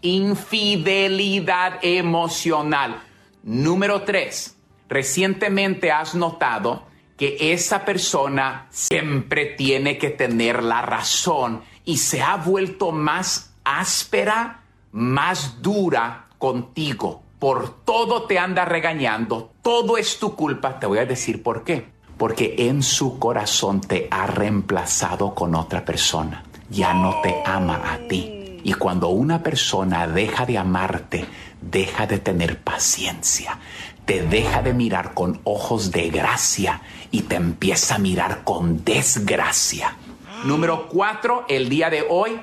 Speaker 23: infidelidad emocional. Número tres, recientemente has notado que esa persona siempre tiene que tener la razón y se ha vuelto más áspera, más dura contigo. Por todo te anda regañando, todo es tu culpa. Te voy a decir por qué. Porque en su corazón te ha reemplazado con otra persona. Ya no te ama a ti. Y cuando una persona deja de amarte, deja de tener paciencia, te deja de mirar con ojos de gracia y te empieza a mirar con desgracia. Número cuatro, el día de hoy,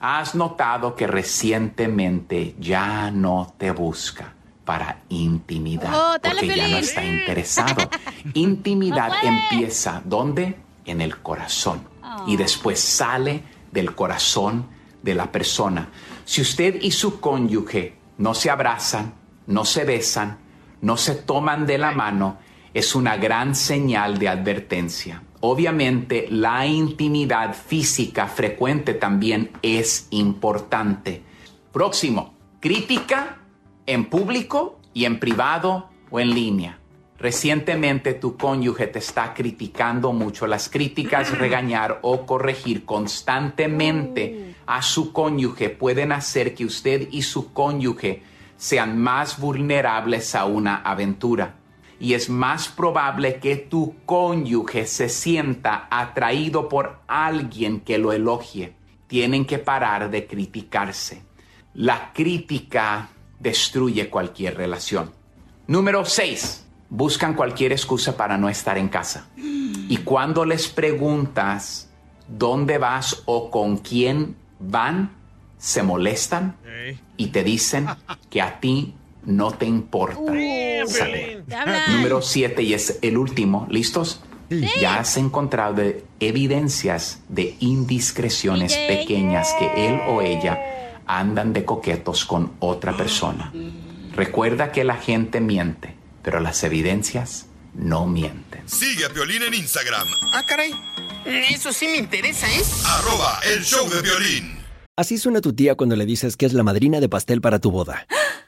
Speaker 23: has notado que recientemente ya no te busca para intimidad,
Speaker 24: Oh, dale,
Speaker 23: porque ya no
Speaker 24: Piolín.
Speaker 23: está interesado. Intimidad empieza, ¿dónde? En el corazón.
Speaker 24: Oh.
Speaker 23: Y después sale del corazón de la persona. Si usted y su cónyuge no se abrazan, no se besan, no se toman de la mano, es una gran señal de advertencia. Obviamente, la intimidad física frecuente también es importante. Próximo, crítica en público y en privado o en línea. Recientemente tu cónyuge te está criticando mucho. Las críticas, regañar o corregir constantemente a su cónyuge pueden hacer que usted y su cónyuge sean más vulnerables a una aventura. Y es más probable que tu cónyuge se sienta atraído por alguien que lo elogie. Tienen que parar de criticarse. La crítica destruye cualquier relación. Número 6. Buscan cualquier excusa para no estar en casa. Y cuando les preguntas dónde vas o con quién van, se molestan y te dicen que a ti no te importa. salir.
Speaker 24: Te hablan.
Speaker 23: Número 7 y es el último. ¿Listos? Ya has encontrado de- evidencias de indiscreciones
Speaker 24: DJ.
Speaker 23: pequeñas que él o ella andan de coquetos con otra persona. Recuerda que la gente miente, pero las evidencias no mienten.
Speaker 5: Sigue a Piolín en Instagram,
Speaker 18: Ah, caray. Eso sí me interesa, ¿eh?
Speaker 5: Ah. arroba el show de Piolín.
Speaker 25: Así suena tu tía cuando le dices que es la madrina de pastel para tu boda.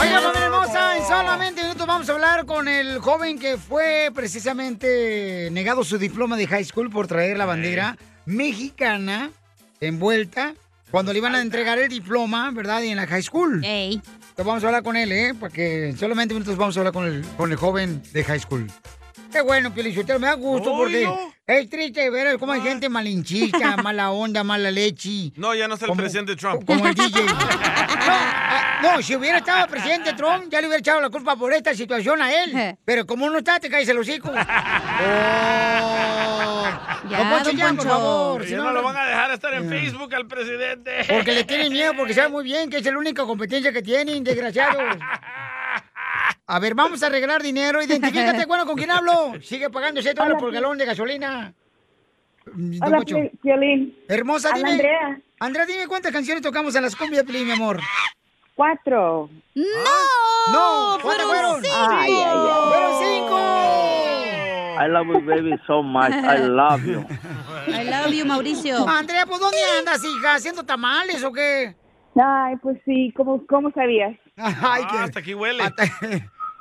Speaker 2: Oiga, familia hermosa, en solamente minutos vamos a hablar con el joven que fue precisamente negado su diploma de high school por traer la bandera mexicana envuelta cuando le iban a entregar el diploma, ¿verdad? Y en la high school. Entonces vamos a hablar con él, ¿eh? Porque en solamente minutos vamos a hablar con el, con el joven de high school. Qué bueno, Pielichotero, me da gusto porque
Speaker 4: Oilo.
Speaker 2: es triste ver cómo hay gente malinchista, mala onda, mala leche.
Speaker 4: No, ya no está el presidente Trump.
Speaker 2: Como el DJ. No, si hubiera estado el presidente Trump, ya le hubiera echado la culpa por esta situación a él. Pero como no está, te caes el hocico. Oh. Don Poncho, ya, por favor.
Speaker 4: Ya
Speaker 2: si
Speaker 4: no lo van a dejar estar en Facebook al presidente.
Speaker 2: Porque le tienen miedo, porque sabe muy bien que es la única competencia que tienen, desgraciados. A ver, vamos a arreglar dinero. Identifícate, bueno, ¿con quién hablo? Sigue pagando 7 dólares por galón de gasolina. Don
Speaker 26: Hola,
Speaker 2: Poncho.
Speaker 26: Pi- Piolín.
Speaker 2: Hermosa,
Speaker 26: Habla
Speaker 2: dime.
Speaker 26: Andrea.
Speaker 2: Andrea, dime cuántas canciones tocamos en las cumbias, Piolín, mi amor.
Speaker 24: Cuatro. ¡No!
Speaker 3: ¡Oh,
Speaker 2: ¡No!
Speaker 24: ¿Cuántas
Speaker 2: Ah. fueron?
Speaker 24: ¡Ay, ay, ay!
Speaker 2: ¡Fueron cinco!
Speaker 9: I love you, baby, so much. I love you.
Speaker 3: I love you, Mauricio.
Speaker 2: Andrea, pues ¿dónde andas, hija? ¿Haciendo tamales o qué?
Speaker 24: Ay, pues sí, ¿cómo, cómo sabías?
Speaker 2: Ay, qué...
Speaker 4: Ah, Hasta aquí huele.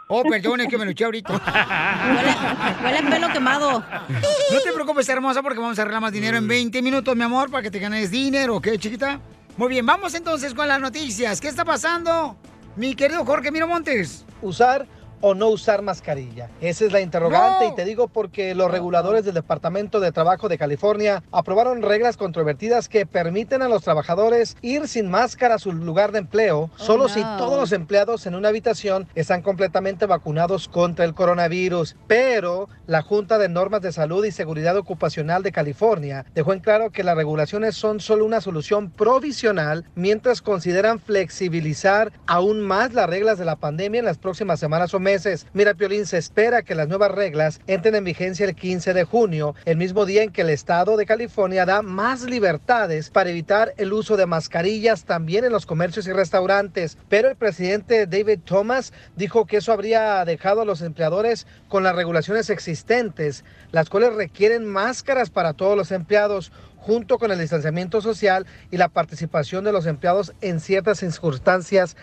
Speaker 2: Oh, perdón, es que me luché ahorita.
Speaker 3: Huele a pelo quemado.
Speaker 2: No te preocupes, hermosa, porque vamos a arreglar más dinero
Speaker 4: Mm.
Speaker 2: en 20 minutos, mi amor, para que te ganes dinero, ¿ok, chiquita? Muy bien, vamos entonces con las noticias. ¿Qué está pasando, mi querido Jorge Miro Montes?
Speaker 6: usar o no usar mascarilla? Esa es la interrogante y te digo porque los reguladores del Departamento de Trabajo de California aprobaron reglas controvertidas que permiten a los trabajadores ir sin máscara a su lugar de empleo solo si
Speaker 10: no.
Speaker 6: todos los empleados en una habitación están completamente vacunados contra el coronavirus. Pero la Junta de Normas de Salud y Seguridad Ocupacional de California dejó en claro que las regulaciones son solo una solución provisional mientras consideran flexibilizar aún más las reglas de la pandemia en las próximas semanas o meses. Mira, Piolín, se espera que las nuevas reglas entren en vigencia el 15 de junio, el mismo día en que el estado de California da más libertades para evitar el uso de mascarillas también en los comercios y restaurantes. Pero el presidente David Thomas dijo que eso habría dejado a los empleadores con las regulaciones existentes, las cuales requieren máscaras para todos los empleados junto con el distanciamiento social y la participación de los empleados en ciertas circunstancias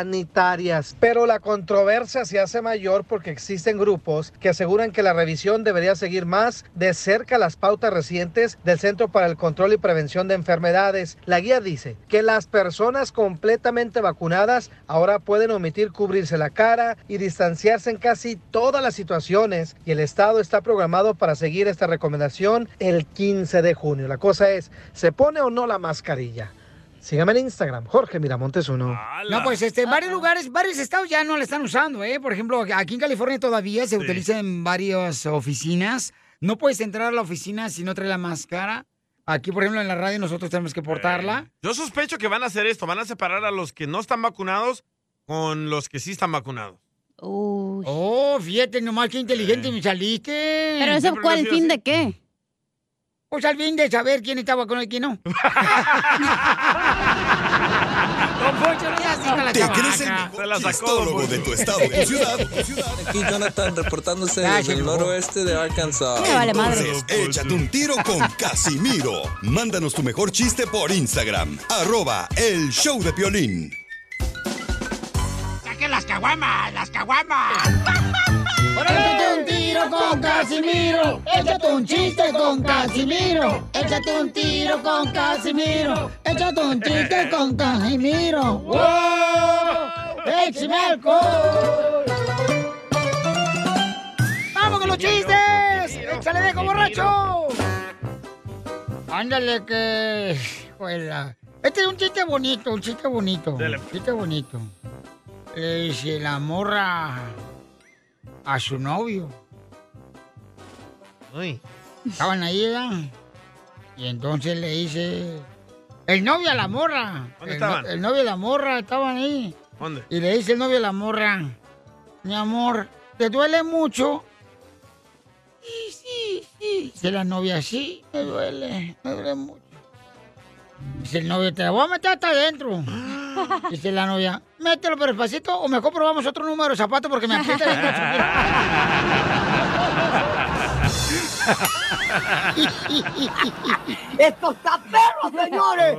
Speaker 6: sanitarias. Pero la controversia se hace mayor porque existen grupos que aseguran que la revisión debería seguir más de cerca las pautas recientes del Centro para el Control y Prevención de Enfermedades. La guía dice que las personas completamente vacunadas ahora pueden omitir cubrirse la cara y distanciarse en casi todas las situaciones y el Estado está programado para seguir esta recomendación el 15 de junio. La cosa es, ¿se pone o no la mascarilla? Sígame en Instagram, Jorge Miramontes 1.
Speaker 2: No, pues este, en varios lugares, varios estados ya no la están usando, ¿eh? Por ejemplo, aquí en California todavía se
Speaker 6: Sí.
Speaker 2: utiliza en varias oficinas. No puedes entrar a la oficina si no traes la máscara. Aquí, por ejemplo, en la radio nosotros tenemos que portarla.
Speaker 4: Yo sospecho que van a hacer esto, van a separar a los que no están vacunados con los que sí están vacunados.
Speaker 2: Oh, fíjate nomás qué inteligente me saliste. ¿Pero
Speaker 3: eso Siempre lo cuál, he
Speaker 2: el
Speaker 3: sido fin así.
Speaker 2: de qué? Pues al fin de saber quién estaba con y quién no. Don Poncho, no seas hija de la
Speaker 5: ¿Te
Speaker 2: chamaca.
Speaker 5: crees el mejor chistólogo de tu estado o ciudad?
Speaker 11: Aquí Jonathan reportándose
Speaker 5: Gracias,
Speaker 11: desde el noroeste de Arkansas.
Speaker 5: Ah, Me Entonces, pues, échate un tiro con Casimiro. Mándanos tu mejor chiste por Instagram, arroba el show de Piolín.
Speaker 26: ¡Saquen las caguamas! ¡Las caguamas!
Speaker 2: Échate un tiro con Casimiro. Échate un chiste con Casimiro.
Speaker 26: Échate un tiro con Casimiro.
Speaker 2: Échate un chiste con Casimiro.
Speaker 26: ¡Wow!
Speaker 2: ¡Échame alcohol! ¡Vamos con los chistes! ¡Échale viejo borracho! Ándale que... Juela. Este es un chiste bonito, un chiste bonito. Un chiste bonito. Le dice la morra a su novio. Estaban ahí, ¿verdad? Y entonces le dice... El novio a la morra.
Speaker 4: ¿Dónde
Speaker 2: El no-
Speaker 4: estaban?
Speaker 2: el novio y la morra estaban ahí.
Speaker 4: ¿Dónde?
Speaker 2: Y le dice el novio a la morra, mi amor, ¿te duele mucho? Sí, sí, sí. Dice la novia, sí, me duele, me duele mucho. Dice el novio, te voy a meter hasta adentro. Dice la novia, mételo pero despacito o mejor probamos otro número de zapato porque me aprieta bien ¡Estos taperos, señores!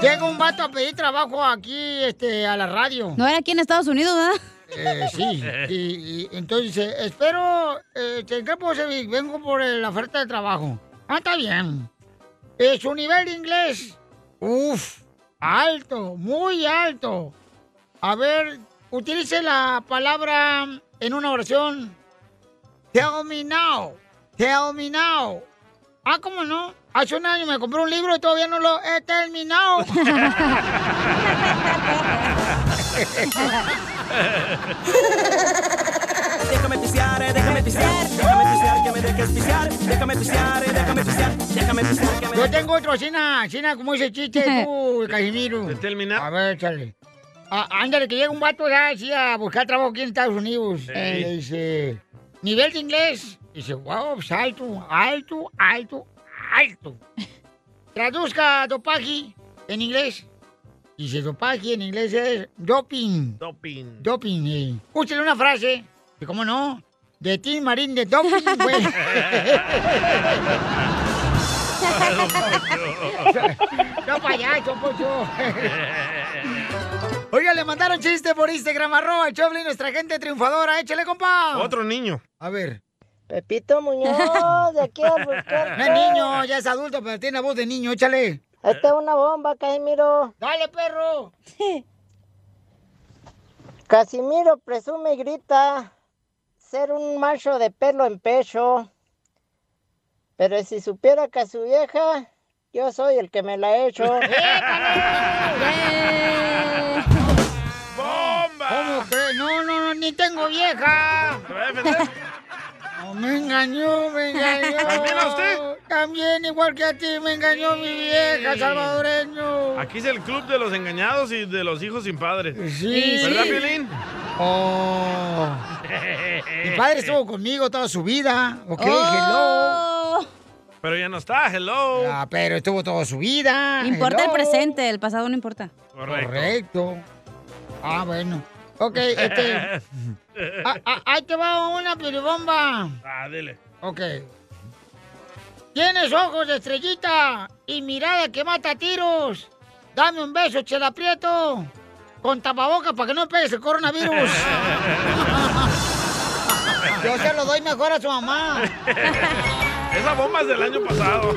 Speaker 2: Llega un vato a pedir trabajo aquí este, a la radio.
Speaker 3: No era aquí en Estados Unidos, ¿verdad?
Speaker 2: Eh, sí, y, y entonces dice, espero, eh, ¿en qué puedo servir? Vengo por eh, la oferta de trabajo. Ah, está bien. Eh, su nivel de inglés, uf, alto, muy alto. A ver, utilice la palabra en una oración. Tell me now, tell me now. Ah, ¿cómo no? Hace un año me compré un libro y todavía no lo he terminado.
Speaker 27: Déjame pisear, eh, déjame pisear, déjame pisear, que me dejes pisear, déjame pisear, eh, déjame pisear, déjame pisear, que me
Speaker 2: Yo tengo otro, China, China, como ese chiste tú, Casimiro. ¿De terminar? A ver, échale. Ah, ándale, que llega un vato ya así a buscar trabajo aquí en Estados Unidos. Eh, le dice, ¿nivel de inglés? Dice, wow, pues alto, alto, alto, alto. Traduzca dopaji en inglés. Y si dopaje en inglés es doping.
Speaker 4: Doping.
Speaker 2: Doping, eh. Úsele una frase, y cómo no, de Tim Marín de doping, güey. no payaso, pocho. Oiga, le mandaron chiste por Instagram, arroba el Choplin, nuestra gente triunfadora. Échale, compa.
Speaker 4: Otro niño.
Speaker 2: A ver.
Speaker 12: Pepito Muñoz, Oh, de aquí a buscar.
Speaker 2: No es niño, ya es adulto, pero tiene la voz de niño, échale.
Speaker 12: Ahí está una bomba, eh, Casimiro.
Speaker 2: ¡Dale, perro!
Speaker 12: Casimiro presume y grita ser un macho de pelo en pecho. Pero si supiera que a su vieja, yo soy el que me la he hecho.
Speaker 4: ¡Bomba!
Speaker 2: ¿Cómo que? No, no, no, ni tengo vieja.
Speaker 4: ¿Te voy a defender?
Speaker 2: No, me engañó, me engañó.
Speaker 4: ¿También a usted?
Speaker 2: También, igual que a ti, me engañó mi vieja, salvadoreño.
Speaker 4: Aquí es el club de los engañados y de los hijos sin padres.
Speaker 2: Sí.
Speaker 4: ¿Verdad, Piolín?
Speaker 2: Oh. Mi padre estuvo conmigo toda su vida. Ok,
Speaker 3: Oh.
Speaker 2: hello.
Speaker 4: Pero ya no está, hello.
Speaker 2: Ah, pero estuvo toda su vida.
Speaker 3: Importa el
Speaker 2: Ah, hello.
Speaker 3: presente, el pasado no importa.
Speaker 4: Correcto.
Speaker 2: Correcto. Ah, bueno. Ok, este. ah, ah, ahí te va una piribomba.
Speaker 4: Ah, dele.
Speaker 2: Ok. Tienes ojos de estrellita y mirada que mata tiros. Dame un beso, chela prieto. Con tapabocas para que no pegues el coronavirus. Eh. Yo se lo doy mejor a su mamá.
Speaker 4: Esa bomba es del año pasado.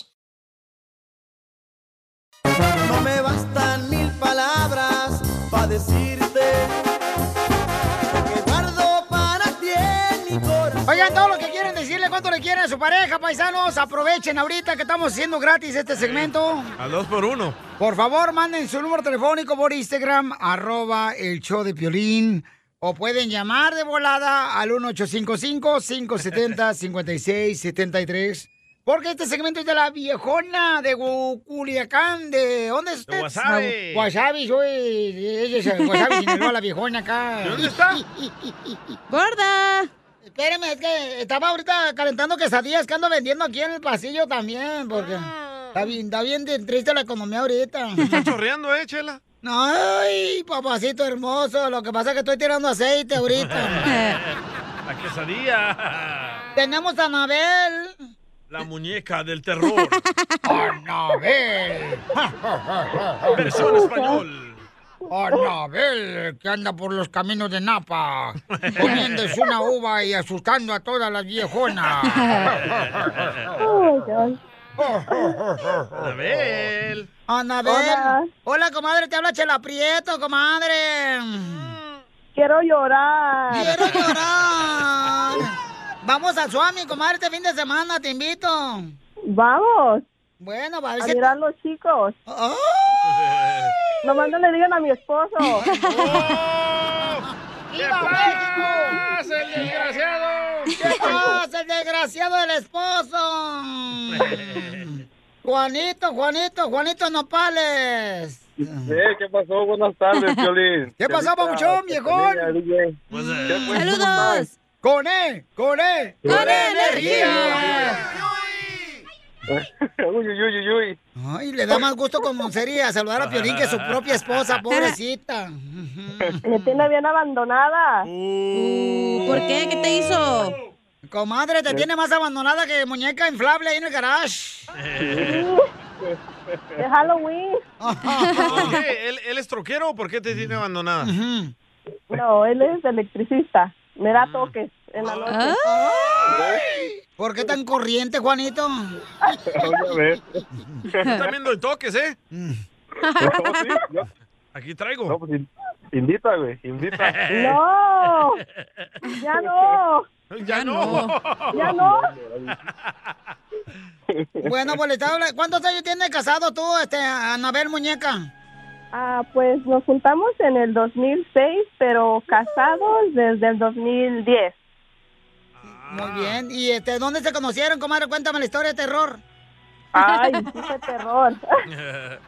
Speaker 27: No me bastan mil palabras para decirte que guardo para ti en mi corazón.
Speaker 2: Oigan, todo lo que quieren decirle cuánto le quieren a su pareja, paisanos, aprovechen ahorita que estamos haciendo gratis este segmento.
Speaker 4: A dos por uno.
Speaker 2: Por favor, manden su número telefónico por Instagram, arroba el show de Piolín. O pueden llamar de volada al 1855-570-5673. Porque este segmento es de la viejona de Gu- Culiacán. ¿De dónde es usted?
Speaker 4: Guasave.
Speaker 2: No, Guasave, soy... Ella es de Guasave, Sinaloa, la viejona acá.
Speaker 4: ¿De dónde está?
Speaker 2: ¡Gorda! Espérame, es que estaba ahorita calentando quesadillas que ando vendiendo aquí en el pasillo también, porque está bien, está bien de- triste la economía ahorita.
Speaker 4: Está chorreando, ¿eh, Chela?
Speaker 2: Ay, papacito hermoso, lo que pasa es que estoy tirando aceite ahorita.
Speaker 4: La quesadilla.
Speaker 2: Tenemos a Anabel.
Speaker 4: La muñeca del terror.
Speaker 2: Anabel.
Speaker 4: Versión español.
Speaker 2: Anabel, que anda por los caminos de Napa, poniéndose una uva y asustando a todas las viejonas.
Speaker 4: Anabel.
Speaker 2: Anabel.
Speaker 4: Hola.
Speaker 2: Hola. comadre, te habla Chela Prieto, comadre.
Speaker 24: Quiero llorar.
Speaker 2: Quiero llorar. Vamos al Suami, comadre, este fin de semana, te invito.
Speaker 24: Vamos.
Speaker 2: Bueno, va
Speaker 24: a
Speaker 2: ver si-
Speaker 24: mirar los chicos. Nomás no le digan a mi esposo.
Speaker 2: ¡Viva México! ¡Oh! el desgraciado! ¡Qué pasa, el desgraciado del esposo! Juanito, Juanito, Juanito Nopales.
Speaker 28: Eh, ¿Qué pasó? Buenas tardes, Violín.
Speaker 2: ¿Qué pasó, papuchón, viejón?
Speaker 28: ¡Saludos!
Speaker 2: ¡Con él! ¡Con E. él! ¡Con energía!
Speaker 28: Uy, uy, uy, uy.
Speaker 2: Ay, le da más gusto con sería saludar a Piolín que su propia esposa, pobrecita.
Speaker 24: Me tiene bien abandonada.
Speaker 2: ¿Por qué? ¿Qué te hizo? Comadre, te tiene más abandonada que muñeca inflable ahí en el garage.
Speaker 24: Es Halloween.
Speaker 4: ¿Por qué? ¿Él, él es troquero o por qué te tiene abandonada?
Speaker 24: No, él es electricista. Me da toques en la noche.
Speaker 2: ¿Por qué tan corriente, Juanito?
Speaker 4: Están viendo el toques, ¿eh? Aquí traigo. No,
Speaker 28: pues invita, güey, invita.
Speaker 24: ¡No! ¡Ya no!
Speaker 4: ¡Ya no!
Speaker 24: ¡Ya no!
Speaker 2: Bueno, pues le estaba habla- ¿Cuántos años tienes casado tú, este, Anabel Muñeca?
Speaker 24: Ah, pues nos juntamos en el 2006, pero casados desde el 2010.
Speaker 4: Ah.
Speaker 2: Muy bien. ¿Y este, dónde se conocieron, comadre? Cuéntame la historia de terror.
Speaker 24: Ay, sí, qué terror.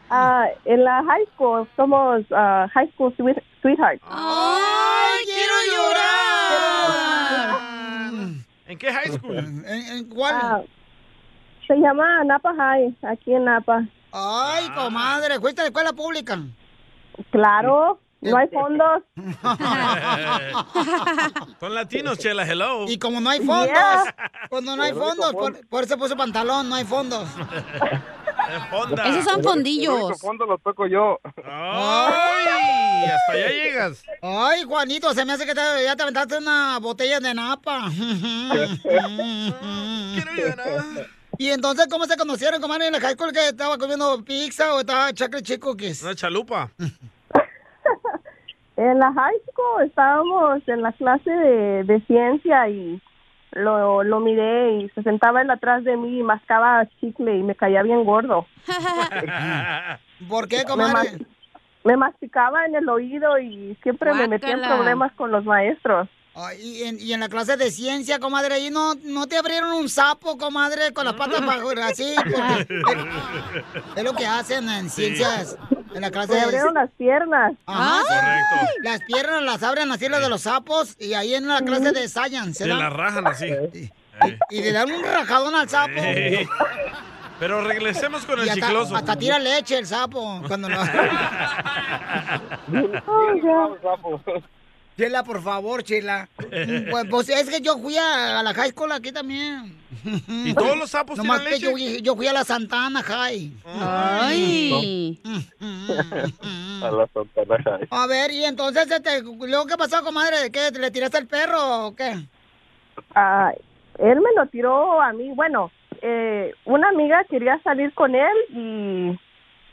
Speaker 24: Ah, en la high school somos ah, high school sweet- sweethearts.
Speaker 2: Ah. ¡Ay, quiero llorar!
Speaker 4: ¿En qué high school?
Speaker 2: ¿En, en cuál?
Speaker 24: Ah, se llama Napa High, aquí en Napa.
Speaker 2: Ay,
Speaker 4: Ah.
Speaker 2: comadre, fuiste a la escuela pública.
Speaker 24: Claro, no hay fondos.
Speaker 4: Son latinos, chela, hello.
Speaker 2: Y como no hay fondos, cuando no hay
Speaker 4: Pero rico
Speaker 2: fondos,
Speaker 4: fondo.
Speaker 2: por, por eso puso pantalón, no hay fondos.
Speaker 4: Fonda.
Speaker 2: Esos son fondillos.
Speaker 28: El único fondo lo toco yo.
Speaker 4: ¡Ay! Hasta allá llegas.
Speaker 2: Ay, Juanito, se me hace que te- ya te aventaste una botella de napa. Y entonces, ¿cómo se conocieron, comadre? ¿En la high school que estaba comiendo pizza o estaba chocolate chico cookies?
Speaker 4: Una chalupa.
Speaker 24: En la high school estábamos en la clase de, de ciencia y lo, lo miré y se sentaba él atrás de mí y mascaba chicle y me caía bien gordo.
Speaker 2: ¿Por qué,
Speaker 24: Me,
Speaker 2: comadre?
Speaker 24: mas- me masticaba en el oído y siempre me metía en
Speaker 2: Guácala.
Speaker 24: problemas con los maestros.
Speaker 2: Ay, y, en, y en la clase de ciencia, comadre, ¿y no, no te abrieron un sapo, comadre, con las patas para así? Porque es lo que hacen en ciencias. En la clase
Speaker 24: Me
Speaker 2: de-
Speaker 24: abrieron las piernas.
Speaker 2: Ajá, sí.
Speaker 4: Correcto.
Speaker 2: Las piernas las abren así las de los sapos y ahí en la clase de science,
Speaker 4: Se la
Speaker 2: ¿verdad?
Speaker 4: rajan así.
Speaker 2: Y le dan un rajadón al sapo.
Speaker 4: Ey. Pero regresemos con
Speaker 2: Y
Speaker 4: el chicloso.
Speaker 2: hasta, hasta tira leche el sapo cuando lo... Chela, por favor, Chela. Mm, Pues, pues, es que yo fui a, a la high school aquí también.
Speaker 4: ¿Y todos los sapos
Speaker 2: Nomás
Speaker 4: tiran
Speaker 2: que yo, yo fui a la Santana High.
Speaker 4: Ay.
Speaker 28: A la Santana.
Speaker 2: A ver, y entonces, este, luego, ¿qué pasó, comadre? ¿Qué, ¿Le tiraste al perro o qué?
Speaker 24: Ah, él me lo tiró a mí. Bueno, eh, una amiga quería salir con él y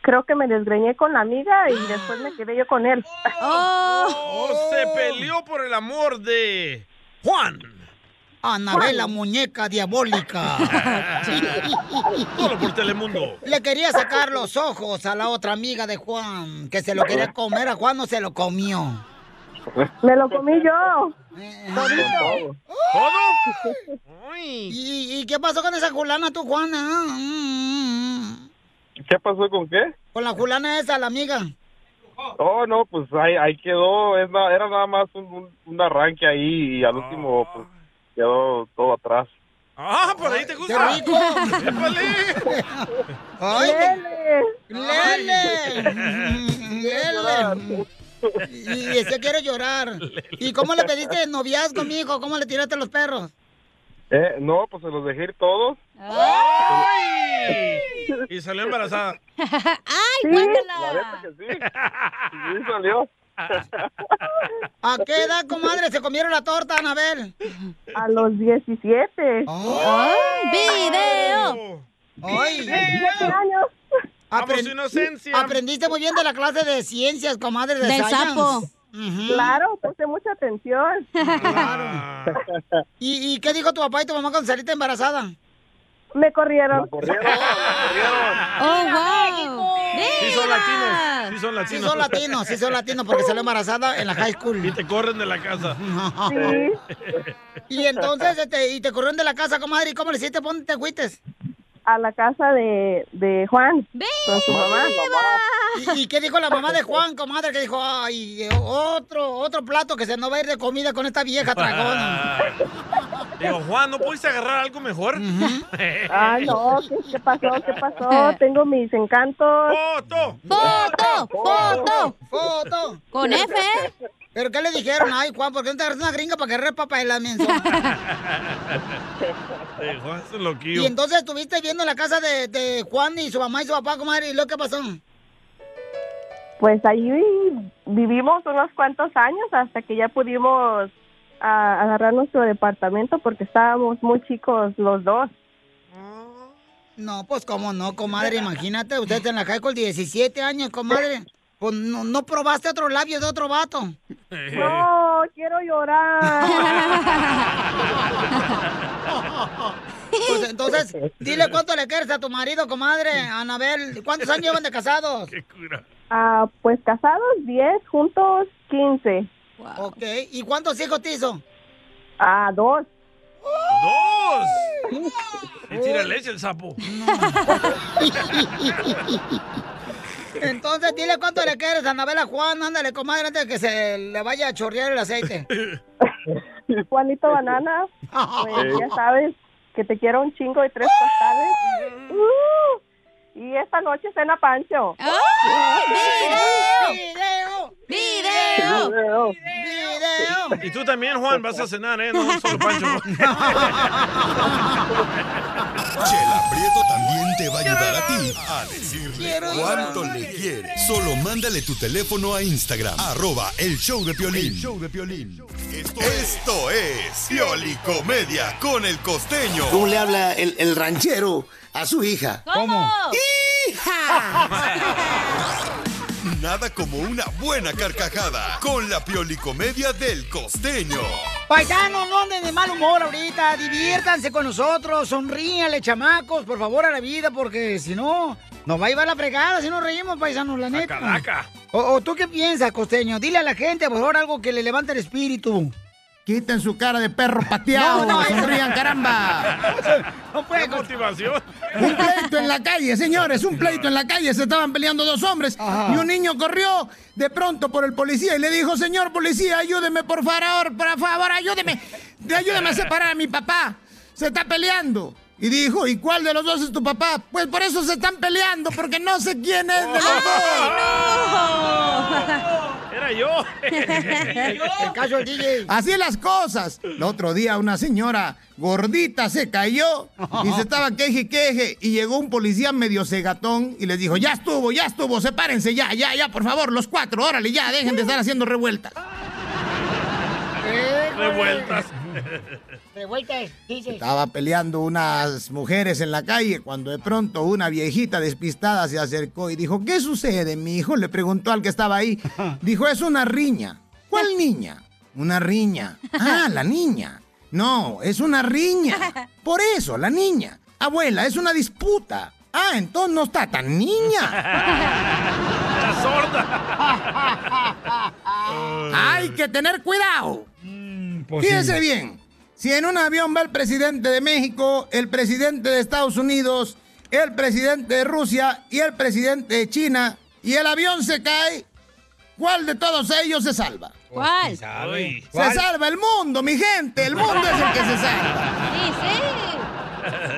Speaker 24: creo que me desgreñé con la amiga y después me quedé yo con él.
Speaker 4: Oh, se peleó por el amor de Juan.
Speaker 2: Anabel, la muñeca diabólica.
Speaker 4: Solo por Telemundo.
Speaker 2: Le quería sacar los ojos a la otra amiga de Juan, que se lo quería comer a Juan, no se lo comió. Eh,
Speaker 24: Me lo comí yo.
Speaker 2: ¿Todo? ¿Y, y qué pasó con esa Julana, tú, Juana? Mm,
Speaker 28: ¿Qué pasó con qué?
Speaker 2: Con la Julana esa, la amiga.
Speaker 28: Oh, no, pues ahí, ahí quedó. Es na- era nada más un, un- un arranque ahí y al último pues, quedó todo atrás.
Speaker 4: Ah, por ahí te gusta.
Speaker 2: rico!
Speaker 4: Épale.
Speaker 2: ¡Ay!
Speaker 4: Lele.
Speaker 2: ¡Lele! ¡Lele! Y y se quiere llorar. ¿Y cómo le pediste noviazgo, mijo? ¿Cómo le tiraste los perros?
Speaker 28: Eh, no, pues se los dejé ir todos.
Speaker 4: Y salió embarazada.
Speaker 2: ¡Ay,
Speaker 28: La neta que sí. Sí salió.
Speaker 2: ¿A qué edad, comadre, se comieron la torta, Anabel?
Speaker 24: A los 17.
Speaker 2: Ah, ¡Video! ¡Ay!
Speaker 24: años!
Speaker 4: su inocencia.
Speaker 2: Aprendiste muy bien de la clase de ciencias, comadre, de
Speaker 24: Del
Speaker 2: science.
Speaker 24: sapo.
Speaker 2: Ujú.
Speaker 24: Claro, puse mucha atención.
Speaker 2: ¿Y, y qué dijo tu papá y tu mamá cuando saliste embarazada?
Speaker 24: Me corrieron.
Speaker 2: ¡Oh, wow!
Speaker 4: Sí son latinos. Sí son latinos.
Speaker 2: Ah. Sí son latinos, sí son latinos porque salió embarazada en la high school.
Speaker 4: Y te corren de la casa.
Speaker 2: Sí. Y entonces, este, y te corrieron de la casa, comadre, ¿y cómo le hiciste? ¿Por ¿Dónde te fuiste?
Speaker 24: a la casa de, de Juan con su mamá.
Speaker 2: ¿Y, y qué dijo la mamá de Juan, comadre? Que dijo, ay, otro, otro plato que se no va a ir de comida con esta vieja tragona.
Speaker 4: Ah.
Speaker 13: Digo, Juan, ¿no pudiste agarrar algo mejor?
Speaker 24: Ah, no, ¿qué, qué pasó? ¿Qué pasó? Tengo mis encantos.
Speaker 2: Oh.
Speaker 13: ¡Foto!
Speaker 4: ¡Foto! ¡Foto!
Speaker 2: ¡Foto!
Speaker 4: Con F.
Speaker 2: ¿Pero qué le dijeron? Ay, Juan, ¿por qué no te agarras una gringa para que agarre papaela, menso?
Speaker 13: Eh, Juan es un loquillo.
Speaker 2: Y entonces estuviste viendo la casa de, de Juan y su mamá y su papá, comadre, ¿y lo que pasó?
Speaker 24: Pues ahí vivimos unos cuantos años hasta que ya pudimos ah, agarrar nuestro departamento porque estábamos muy chicos los dos.
Speaker 2: No, pues cómo no, comadre, imagínate, usted está en la calle con 17 años, comadre. Pues no, no probaste otro labio de otro vato.
Speaker 24: No, quiero llorar.
Speaker 2: Pues entonces, dile cuánto le quieres a tu marido, comadre, Anabel. ¿Cuántos años llevan de casados?
Speaker 24: Ah, pues casados 10, juntos 15.
Speaker 2: Ok, ¿y cuántos hijos te hizo?
Speaker 24: Ah, dos.
Speaker 13: ¡Dos! Y tira leche el sapo.
Speaker 2: Entonces, dile cuánto le quieres a Anabel a Juan, ándale, comadre, antes de que se le vaya a chorrear el aceite.
Speaker 24: Juanito Banana, pues ya sabes que te quiero un chingo y tres postales. y esta noche cena Pancho.
Speaker 4: ¡Video! ¡Video!
Speaker 13: ¡Video! Y tú también, Juan, vas a cenar, ¿eh? No solo Pancho.
Speaker 5: Chela Prieto también te va a ayudar a ti a decirle
Speaker 18: Quiero
Speaker 5: cuánto le quieres. Solo mándale tu teléfono a Instagram, arroba el show de Piolín.
Speaker 29: El
Speaker 5: Esto, esto es Pioli Comedia con el costeño.
Speaker 29: ¿Cómo le habla el, el ranchero a su hija?
Speaker 5: ¿Cómo?
Speaker 29: ¡Hija!
Speaker 5: Nada como una buena carcajada con la Pioli Comedia del costeño.
Speaker 2: Paisanos, no anden de mal humor ahorita, diviértanse con nosotros, sonríanle, chamacos, por favor, a la vida, porque si no, nos va a llevar la fregada si no reímos, paisanos, la neta.
Speaker 13: Caraca.
Speaker 2: O, o tú qué piensas, costeño, dile a la gente, por favor, algo que le levante el espíritu.
Speaker 30: Quiten su cara de perro pateado,
Speaker 2: No, no, eso-
Speaker 30: sonrían, caramba.
Speaker 2: No puede
Speaker 13: motivación.
Speaker 30: Un pleito en la calle, señores, un pleito en la calle. Se estaban peleando dos hombres y un niño corrió de pronto por el policía y le dijo, señor policía, ayúdeme, por favor, por favor, ayúdeme. Ayúdeme a separar a mi papá. Se está peleando. Y dijo, ¿y cuál de los dos es tu papá? Pues por eso se están peleando, porque no sé quién es de los Oh. dos.
Speaker 13: Era yo.
Speaker 2: El caso del DJ.
Speaker 30: Así las cosas. El otro día una señora gordita se cayó y se estaba queje, y queje. Y llegó un policía medio cegatón y les dijo, ya estuvo, ya estuvo, sepárense, ya, ya, ya, por favor, los cuatro, órale, ya, dejen de estar haciendo revueltas.
Speaker 13: Revueltas.
Speaker 2: Revueltas, dices.
Speaker 30: Estaba peleando unas mujeres en la calle cuando de pronto una viejita despistada se acercó y dijo, ¿qué sucede, mi hijo? Le preguntó al que estaba ahí. Dijo, es una riña. ¿Cuál niña? Una riña. Ah, la niña. No, es una riña. Por eso, la niña. Abuela, es una disputa. Ah, entonces no está tan niña.
Speaker 13: La sorda.
Speaker 30: Hay que tener cuidado.
Speaker 13: pues
Speaker 30: Fíjense
Speaker 13: sí.
Speaker 30: bien. Si en un avión va el presidente de México, el presidente de Estados Unidos, el presidente de Rusia y el presidente de China, y el avión se cae, ¿cuál de todos ellos se salva?
Speaker 4: ¿Cuál?
Speaker 30: Se salva el mundo, mi gente. El mundo es el que se salva.
Speaker 4: Sí, sí.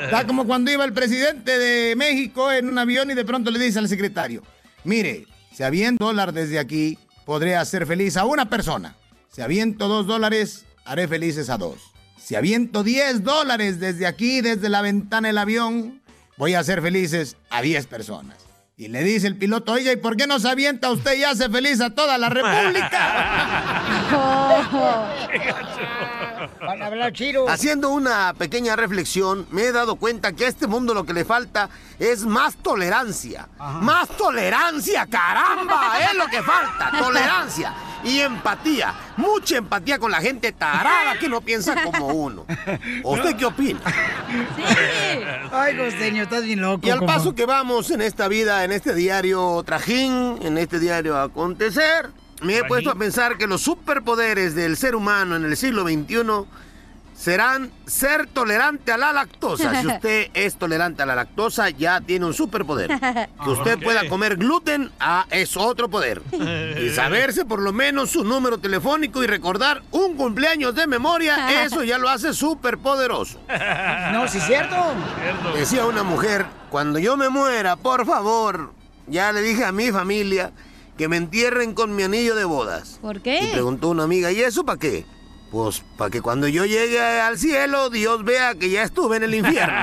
Speaker 30: Está como cuando iba el presidente de México en un avión y de pronto le dice al secretario, mire, si aviento dólar desde aquí, podré hacer feliz a una persona. Si aviento dos dólares, haré felices a dos. Si aviento diez dólares desde aquí, desde la ventana del avión, voy a hacer felices a diez personas. Y le dice el piloto, oiga, ¿y por qué no se avienta usted y hace feliz a toda la República?
Speaker 2: Van a hablar chiro.
Speaker 30: Haciendo una pequeña reflexión, me he dado cuenta que a este mundo lo que le falta es más tolerancia. Más tolerancia, caramba, es lo que falta, tolerancia y empatía. Mucha empatía con la gente tarada que no piensa como uno. ¿Usted qué opina?
Speaker 2: Ay, costeño, estás bien loco.
Speaker 30: Y al
Speaker 2: compa.
Speaker 30: paso que vamos en esta vida, en este diario trajín, en este diario acontecer, me he puesto a pensar que los superpoderes del ser humano en el siglo XXI
Speaker 31: serán ser tolerante a la lactosa. Si usted es tolerante a la lactosa, ya tiene un superpoder.
Speaker 2: Ah,
Speaker 31: Que usted
Speaker 28: Ok.
Speaker 31: pueda comer gluten ah, es otro poder. Y saberse por lo menos su número telefónico y recordar un cumpleaños de memoria, eso ya lo hace superpoderoso.
Speaker 2: No, sí es cierto.
Speaker 31: Decía una mujer, cuando yo me muera, por favor, ya le dije a mi familia que me entierren con mi anillo de bodas.
Speaker 3: ¿Por
Speaker 31: Y
Speaker 3: qué?
Speaker 31: preguntó una amiga, ¿y eso para qué? Pues para que cuando yo llegue al cielo, Dios vea que ya estuve en el infierno.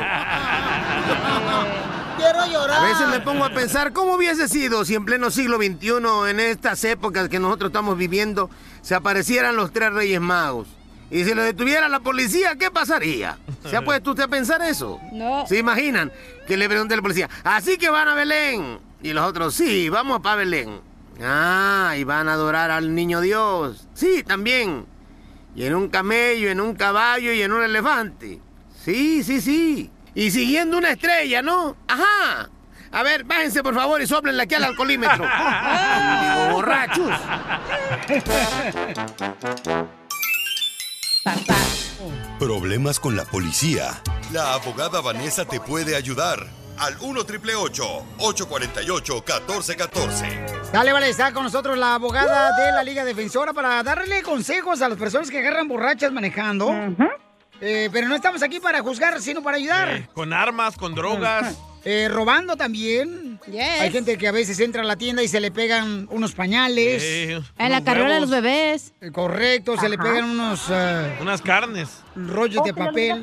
Speaker 26: Quiero llorar.
Speaker 31: A veces me pongo a pensar cómo hubiese sido si en pleno siglo XXI, en estas épocas que nosotros estamos viviendo, se aparecieran los tres reyes magos. Y si lo detuviera la policía, ¿qué pasaría? ¿Se ha puesto usted a pensar eso?
Speaker 3: No.
Speaker 31: ¿Se imaginan? Que le pregunte al policía, así que van a Belén. Y los otros, sí, vamos para Belén. Ah, y van a adorar al niño Dios. Sí, también. Y en un camello, en un caballo y en un elefante. Sí, sí, sí. Y siguiendo una estrella, ¿no? Ajá. A ver, bájense por favor y soplenle aquí al alcoholímetro. Digo, borrachos.
Speaker 5: Problemas con la policía. La abogada Vanessa te puede ayudar. Al 1 triple 848 1414.
Speaker 2: Dale, vale, está con nosotros la abogada de la Liga Defensora para darle consejos a las personas que agarran borrachas manejando. Eh, pero no estamos aquí para juzgar, sino para ayudar.
Speaker 4: Con armas, con Eh, drogas.
Speaker 2: Eh, robando también. Hay gente que a veces entra a la tienda y se le pegan unos pañales. Eh,
Speaker 4: Eh,
Speaker 3: En la carriola de los bebés.
Speaker 2: Correcto, se le
Speaker 3: Ajá.
Speaker 2: pegan unos... eh,
Speaker 4: Unas carnes.
Speaker 2: rollos de papel.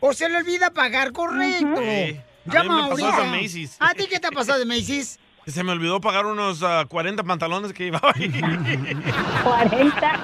Speaker 2: O se le olvida pagar, correcto.
Speaker 4: Eh, a
Speaker 2: Llama
Speaker 4: mí me pasó
Speaker 2: ahorita.
Speaker 4: eso en Macy's.
Speaker 2: ¿A ti qué te ha pasado de Macy's?
Speaker 4: Se me olvidó pagar unos ah, 40 pantalones que llevaba ahí.
Speaker 2: 40.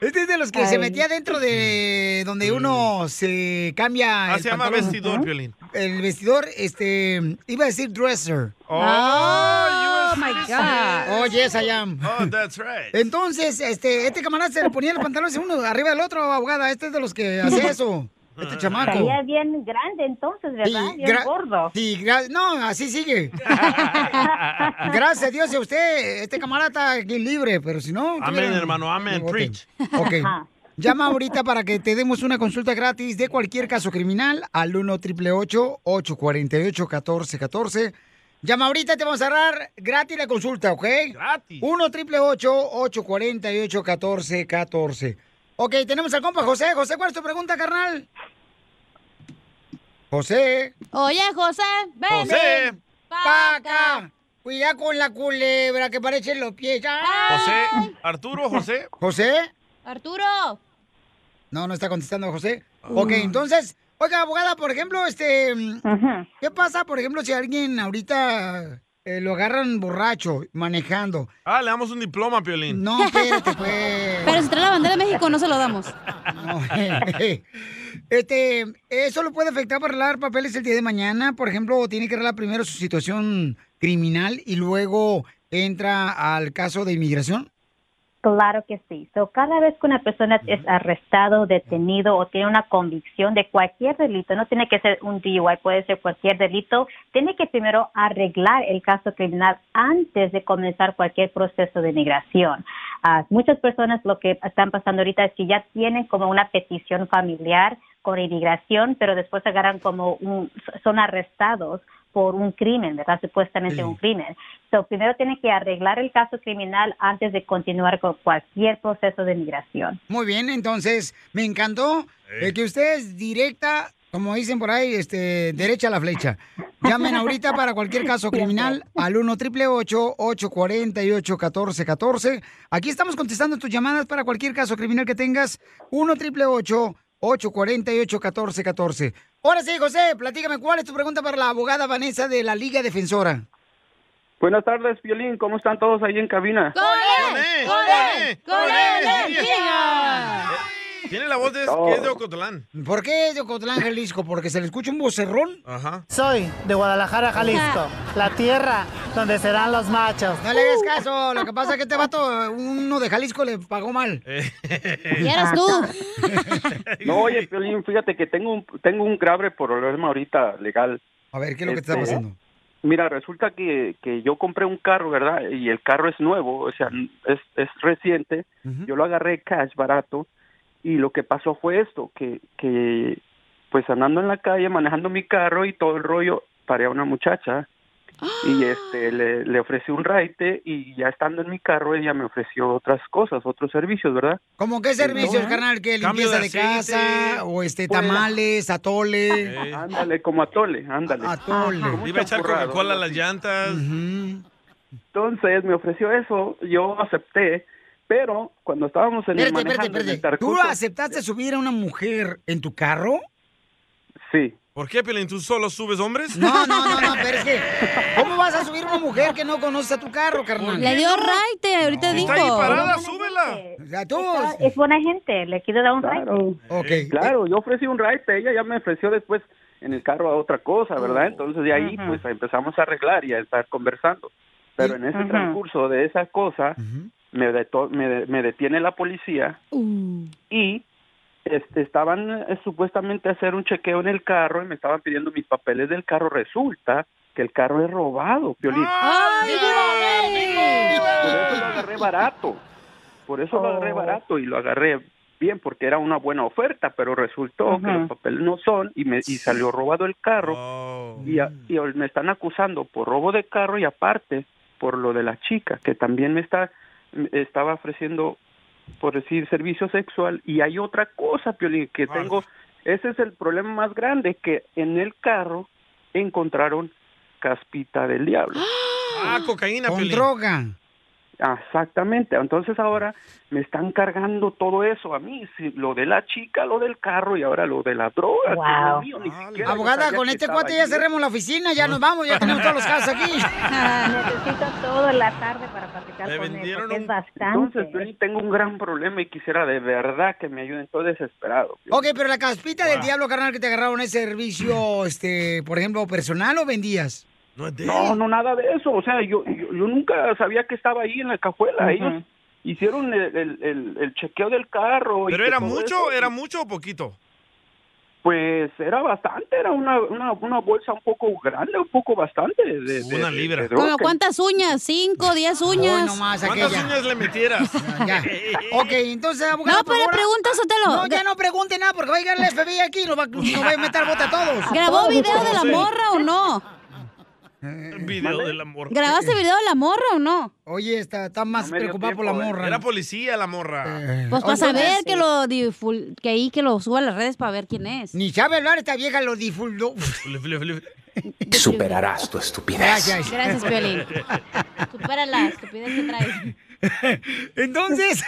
Speaker 2: Este es de los que se
Speaker 4: Ay.
Speaker 2: metía dentro de donde uno se cambia.
Speaker 4: Mm. Ah,
Speaker 2: el
Speaker 4: se llama
Speaker 2: pantalón.
Speaker 4: vestidor, Piolín.
Speaker 2: El vestidor, este, iba a decir dresser.
Speaker 4: Oh,
Speaker 2: Ah.
Speaker 4: you were my God.
Speaker 2: Oh, yes, I am.
Speaker 4: Oh, that's right.
Speaker 2: Entonces, este, este camarada se le ponía los pantalones uno arriba del otro, abogada. Este es de los que hace eso. Este chamaco.
Speaker 17: Estaría bien grande entonces, ¿verdad?
Speaker 2: Sí,
Speaker 17: bien
Speaker 2: gra-
Speaker 17: gordo.
Speaker 2: sí, gra- no, así sigue. Gracias a Dios y a usted, este camarada está aquí libre, pero si no...
Speaker 4: Amén,
Speaker 2: tuviera-
Speaker 4: hermano, amén,
Speaker 2: Ok.
Speaker 4: preach.
Speaker 2: Ok.
Speaker 4: Ajá.
Speaker 2: Llama ahorita para que te demos una consulta gratis de cualquier caso criminal al 1 888 848 1414 Llama ahorita, te vamos a dar gratis la consulta, ¿ok? Gratis. 1 888 848 1414 Ok, tenemos al compa José. José, ¿cuál es tu pregunta, carnal? José.
Speaker 3: Oye, José, ven.
Speaker 2: José.
Speaker 3: ven.
Speaker 2: Paca. Cuidado con la culebra que parecen los pies.
Speaker 4: José, Arturo, José.
Speaker 2: ¿José?
Speaker 3: Arturo.
Speaker 2: No, no está contestando José. Ok, entonces, oiga, abogada, por ejemplo, este, ¿qué pasa, por ejemplo, si alguien ahorita eh, lo agarran borracho manejando?
Speaker 4: Ah, le damos un diploma, Piolín.
Speaker 2: No, espérate, pues.
Speaker 3: Pero si trae la bandera de México, no se lo damos.
Speaker 2: Este, eso lo puede afectar para arreglar papeles el día de mañana. Por ejemplo, tiene que arreglar primero su situación criminal y luego entra al caso de inmigración.
Speaker 17: Claro que sí. So, cada vez que una persona es arrestado, detenido o tiene una convicción de cualquier delito, no tiene que ser un DUI, puede ser cualquier delito, tiene que primero arreglar el caso criminal antes de comenzar cualquier proceso de migración. Ah, muchas personas lo que están pasando ahorita es que ya tienen como una petición familiar con inmigración, pero después agarran como un- son arrestados por un crimen, ¿verdad? Supuestamente un crimen. So, primero tienen que arreglar el caso criminal antes de continuar con cualquier proceso de migración.
Speaker 2: Muy bien, entonces me encantó eh, que usted es directa, como dicen por ahí, este, derecha a la flecha. Llamen ahorita para cualquier caso criminal al 1 888 848 1414 Aquí estamos contestando tus llamadas para cualquier caso criminal que tengas. 1 888 848 1414 Ahora sí, José, platícame cuál es tu pregunta para la abogada Vanessa de la Liga Defensora.
Speaker 28: Buenas tardes, Piolín. ¿Cómo están todos ahí en cabina?
Speaker 4: Tiene la voz de,
Speaker 28: No.
Speaker 4: que es de Ocotlán.
Speaker 2: ¿Por qué es de Ocotlán, Jalisco? ¿Porque se le escucha un vocerrón?
Speaker 4: Ajá.
Speaker 1: Soy de Guadalajara, Jalisco, la tierra donde serán los machos. Uh.
Speaker 2: No le hagas caso, lo que pasa es que este vato, uno de Jalisco le pagó mal.
Speaker 1: Y eras tú.
Speaker 28: No, oye, Piolín, fíjate que tengo un, tengo un grave problema ahorita legal.
Speaker 2: A ver, ¿qué es lo que te está
Speaker 28: Este,
Speaker 2: pasando?
Speaker 28: Mira, resulta que, que yo compré un carro, ¿verdad? Y el carro es nuevo, o sea, es, es reciente. Yo lo agarré cash barato Y lo que pasó fue esto, que, que pues andando en la calle, manejando mi carro y todo el rollo, paré a una muchacha y este le, le ofrecí un raite y ya estando en mi carro ella me ofreció otras cosas, otros servicios, ¿verdad?
Speaker 2: ¿Cómo qué servicios, carnal? ¿Qué
Speaker 28: Cambio
Speaker 2: limpieza
Speaker 28: de
Speaker 2: de,
Speaker 28: aceite.
Speaker 2: casa? ¿O este
Speaker 28: Pues,
Speaker 2: tamales, atole? Ah,
Speaker 28: Ándale, como atole, ándale.
Speaker 2: Atole.
Speaker 28: Como un
Speaker 4: Iba a echar
Speaker 28: champurrado,
Speaker 4: Coca-Cola a
Speaker 28: ¿no?
Speaker 4: las llantas.
Speaker 28: Entonces me ofreció eso, yo acepté, pero cuando estábamos en el
Speaker 2: Espérate, espérate,
Speaker 28: manejando en el
Speaker 2: espérate. ¿Tú
Speaker 28: Tarcuco-
Speaker 2: aceptaste subir a una mujer en tu carro?
Speaker 28: Sí.
Speaker 4: ¿Por qué, Pelín? ¿Tú solo subes hombres?
Speaker 2: No, no, no, no, pero es que, ¿cómo vas a subir a una mujer que no conoce a tu carro, carnal?
Speaker 3: Le dio raite, ahorita dijo. Está ahí parada,
Speaker 2: súbela. tú.
Speaker 17: Es buena gente, le quiero dar un
Speaker 28: Claro. eh, Claro, yo ofrecí un ride, ella ya me ofreció después en el carro a otra cosa,
Speaker 2: Oh,
Speaker 28: ¿verdad? Entonces de ahí
Speaker 17: Ujú.
Speaker 28: pues empezamos a arreglar y a estar conversando. Pero en ese
Speaker 17: Ujú.
Speaker 28: transcurso de esa cosa me, deto- me, de- me detiene la policía y este, estaban eh, supuestamente a hacer un chequeo en el carro y me estaban pidiendo mis papeles del carro. Resulta que el carro es robado, Piolín.
Speaker 3: ¡Ay,
Speaker 28: Por eso lo agarré barato. Por eso lo agarré barato y lo agarré bien porque era una buena oferta, pero resultó que
Speaker 17: Ujú.
Speaker 28: los papeles no son y me y salió robado el carro y, a- y ahor- me están acusando por robo de carro y aparte por lo de la chica que también me está me estaba ofreciendo por decir servicio sexual y hay otra cosa, Piolín, que tengo ese es el problema más grande que en el carro encontraron caspita del diablo.
Speaker 4: Ah, cocaína,
Speaker 28: Con
Speaker 4: Pelín.
Speaker 28: droga. Exactamente. Entonces ahora me están cargando todo eso a mí, sí, lo de la chica, lo del carro y ahora lo de la droga.
Speaker 17: Wow.
Speaker 4: pues,
Speaker 28: Dios mío, ni siquiera yo
Speaker 2: Abogada,
Speaker 28: sabía
Speaker 2: con
Speaker 28: que
Speaker 2: este
Speaker 28: estaba
Speaker 2: cuate ya
Speaker 28: ahí.
Speaker 2: cerremos la oficina, ya nos vamos, ya tenemos todos los casos aquí.
Speaker 17: Necesito toda la tarde para platicar
Speaker 28: Le
Speaker 17: con él,
Speaker 28: vendieron
Speaker 17: porque es
Speaker 28: un-
Speaker 17: bastante.
Speaker 28: Entonces, Piolín, tengo un gran problema y quisiera de verdad que me ayuden. Estoy desesperado. Piolín.
Speaker 2: Ok, pero la caspita del diablo, carnal, que te agarraron ese servicio, este, por ejemplo, personal o vendías?
Speaker 4: No es
Speaker 28: No, no, nada de eso. O sea, yo, yo, yo nunca sabía que estaba ahí en la cajuela. Ellos hicieron el, el- el- el chequeo del carro. y
Speaker 4: ¿Pero
Speaker 28: que
Speaker 4: era
Speaker 28: todo
Speaker 4: mucho?
Speaker 28: eso-
Speaker 4: ¿Era mucho o poquito?
Speaker 28: Pues era bastante, era una, una, una bolsa un poco grande, un poco bastante. De, una libra.
Speaker 3: ¿Como cuántas uñas? ¿Cinco, diez uñas?
Speaker 2: no más, ¿Cuántas aquella. uñas
Speaker 4: le metieras?
Speaker 2: Ya. Ok, entonces, abogado.
Speaker 3: No, pero pregunta,
Speaker 2: ah,
Speaker 3: Sotelo.
Speaker 2: No, ya no pregunte nada porque va a llegar el FBI aquí y nos va, nos va a meter bota a todos.
Speaker 3: ¿Grabó video de la morra o no?
Speaker 4: Video del amor.
Speaker 3: ¿Grabaste video de la morra o no?
Speaker 2: Oye, está, está más
Speaker 4: me dio
Speaker 2: preocupada por la
Speaker 4: tiempo, eh.
Speaker 2: morra. Eh,
Speaker 4: Era policía la morra.
Speaker 3: Pues para saber que lo difu- que ahí que lo suba a las redes para ver quién es.
Speaker 2: Ni sabe hablar esta vieja, lo difundió.
Speaker 25: Superarás tu estupidez.
Speaker 2: Gracias.
Speaker 3: Gracias, Piolín. Supera la estupidez que traes.
Speaker 2: Entonces,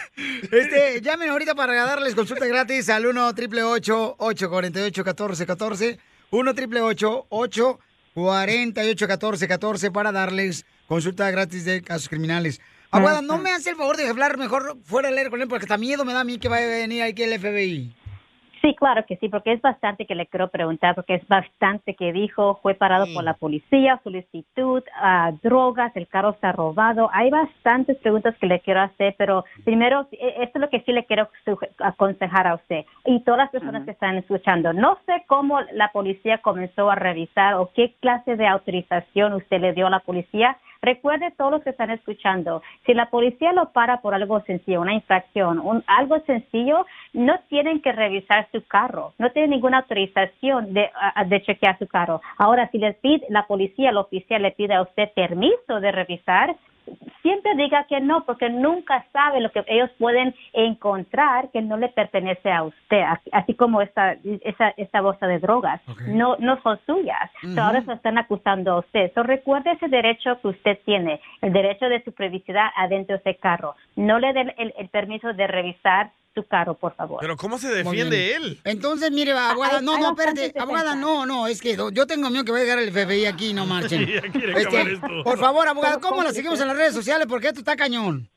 Speaker 2: este, llamen ahorita para darles consulta gratis al 1 triple 848 1414 1 triple 848 1414 para darles consulta gratis de casos criminales. Aguada, no me hace el favor de hablar mejor fuera del aire con él porque hasta miedo me da a mí que vaya a venir aquí el FBI.
Speaker 17: Sí, claro que sí, porque es bastante que le quiero preguntar, porque es bastante que dijo, fue parado por la policía, solicitud, ah, drogas, el carro está robado. Hay bastantes preguntas que le quiero hacer, pero primero, eh, esto es lo que sí le quiero suge- aconsejar a usted y todas las personas que están escuchando. No sé cómo la policía comenzó a revisar o qué clase de autorización usted le dio a la policía, Recuerde todos los que están escuchando, si la policía lo para por algo sencillo, una infracción, un- algo sencillo, no tienen que revisar su carro, no tienen ninguna autorización de, a- a- de chequear su carro. Ahora, si les pide, la policía, el oficial le pide a usted permiso de revisar, siempre diga que no, porque nunca sabe lo que ellos pueden encontrar que no le pertenece a usted, a- así como esta, esa, esta bolsa de drogas, no, no son suyas. So, ahora se lo están acusando a usted. So, recuerde ese derecho que usted tiene, el derecho de su privacidad adentro de ese carro. No le den el, el permiso de revisar su carro, por favor.
Speaker 4: Pero ¿cómo se
Speaker 2: Muy bien.
Speaker 4: defiende él?
Speaker 2: Entonces, mire, abogada,
Speaker 17: Hay-
Speaker 2: no,
Speaker 17: hay
Speaker 2: no,
Speaker 17: bastantes
Speaker 2: espérate,
Speaker 17: defensas.
Speaker 2: abogada, no, no, es que yo tengo miedo que va a llegar el FBI aquí, no marchen. Este,
Speaker 17: Ya quiere acabar esto.
Speaker 2: por favor, abogada,
Speaker 17: Pero
Speaker 2: ¿cómo la
Speaker 17: complicado.
Speaker 2: seguimos en las redes sociales? Porque esto está cañón.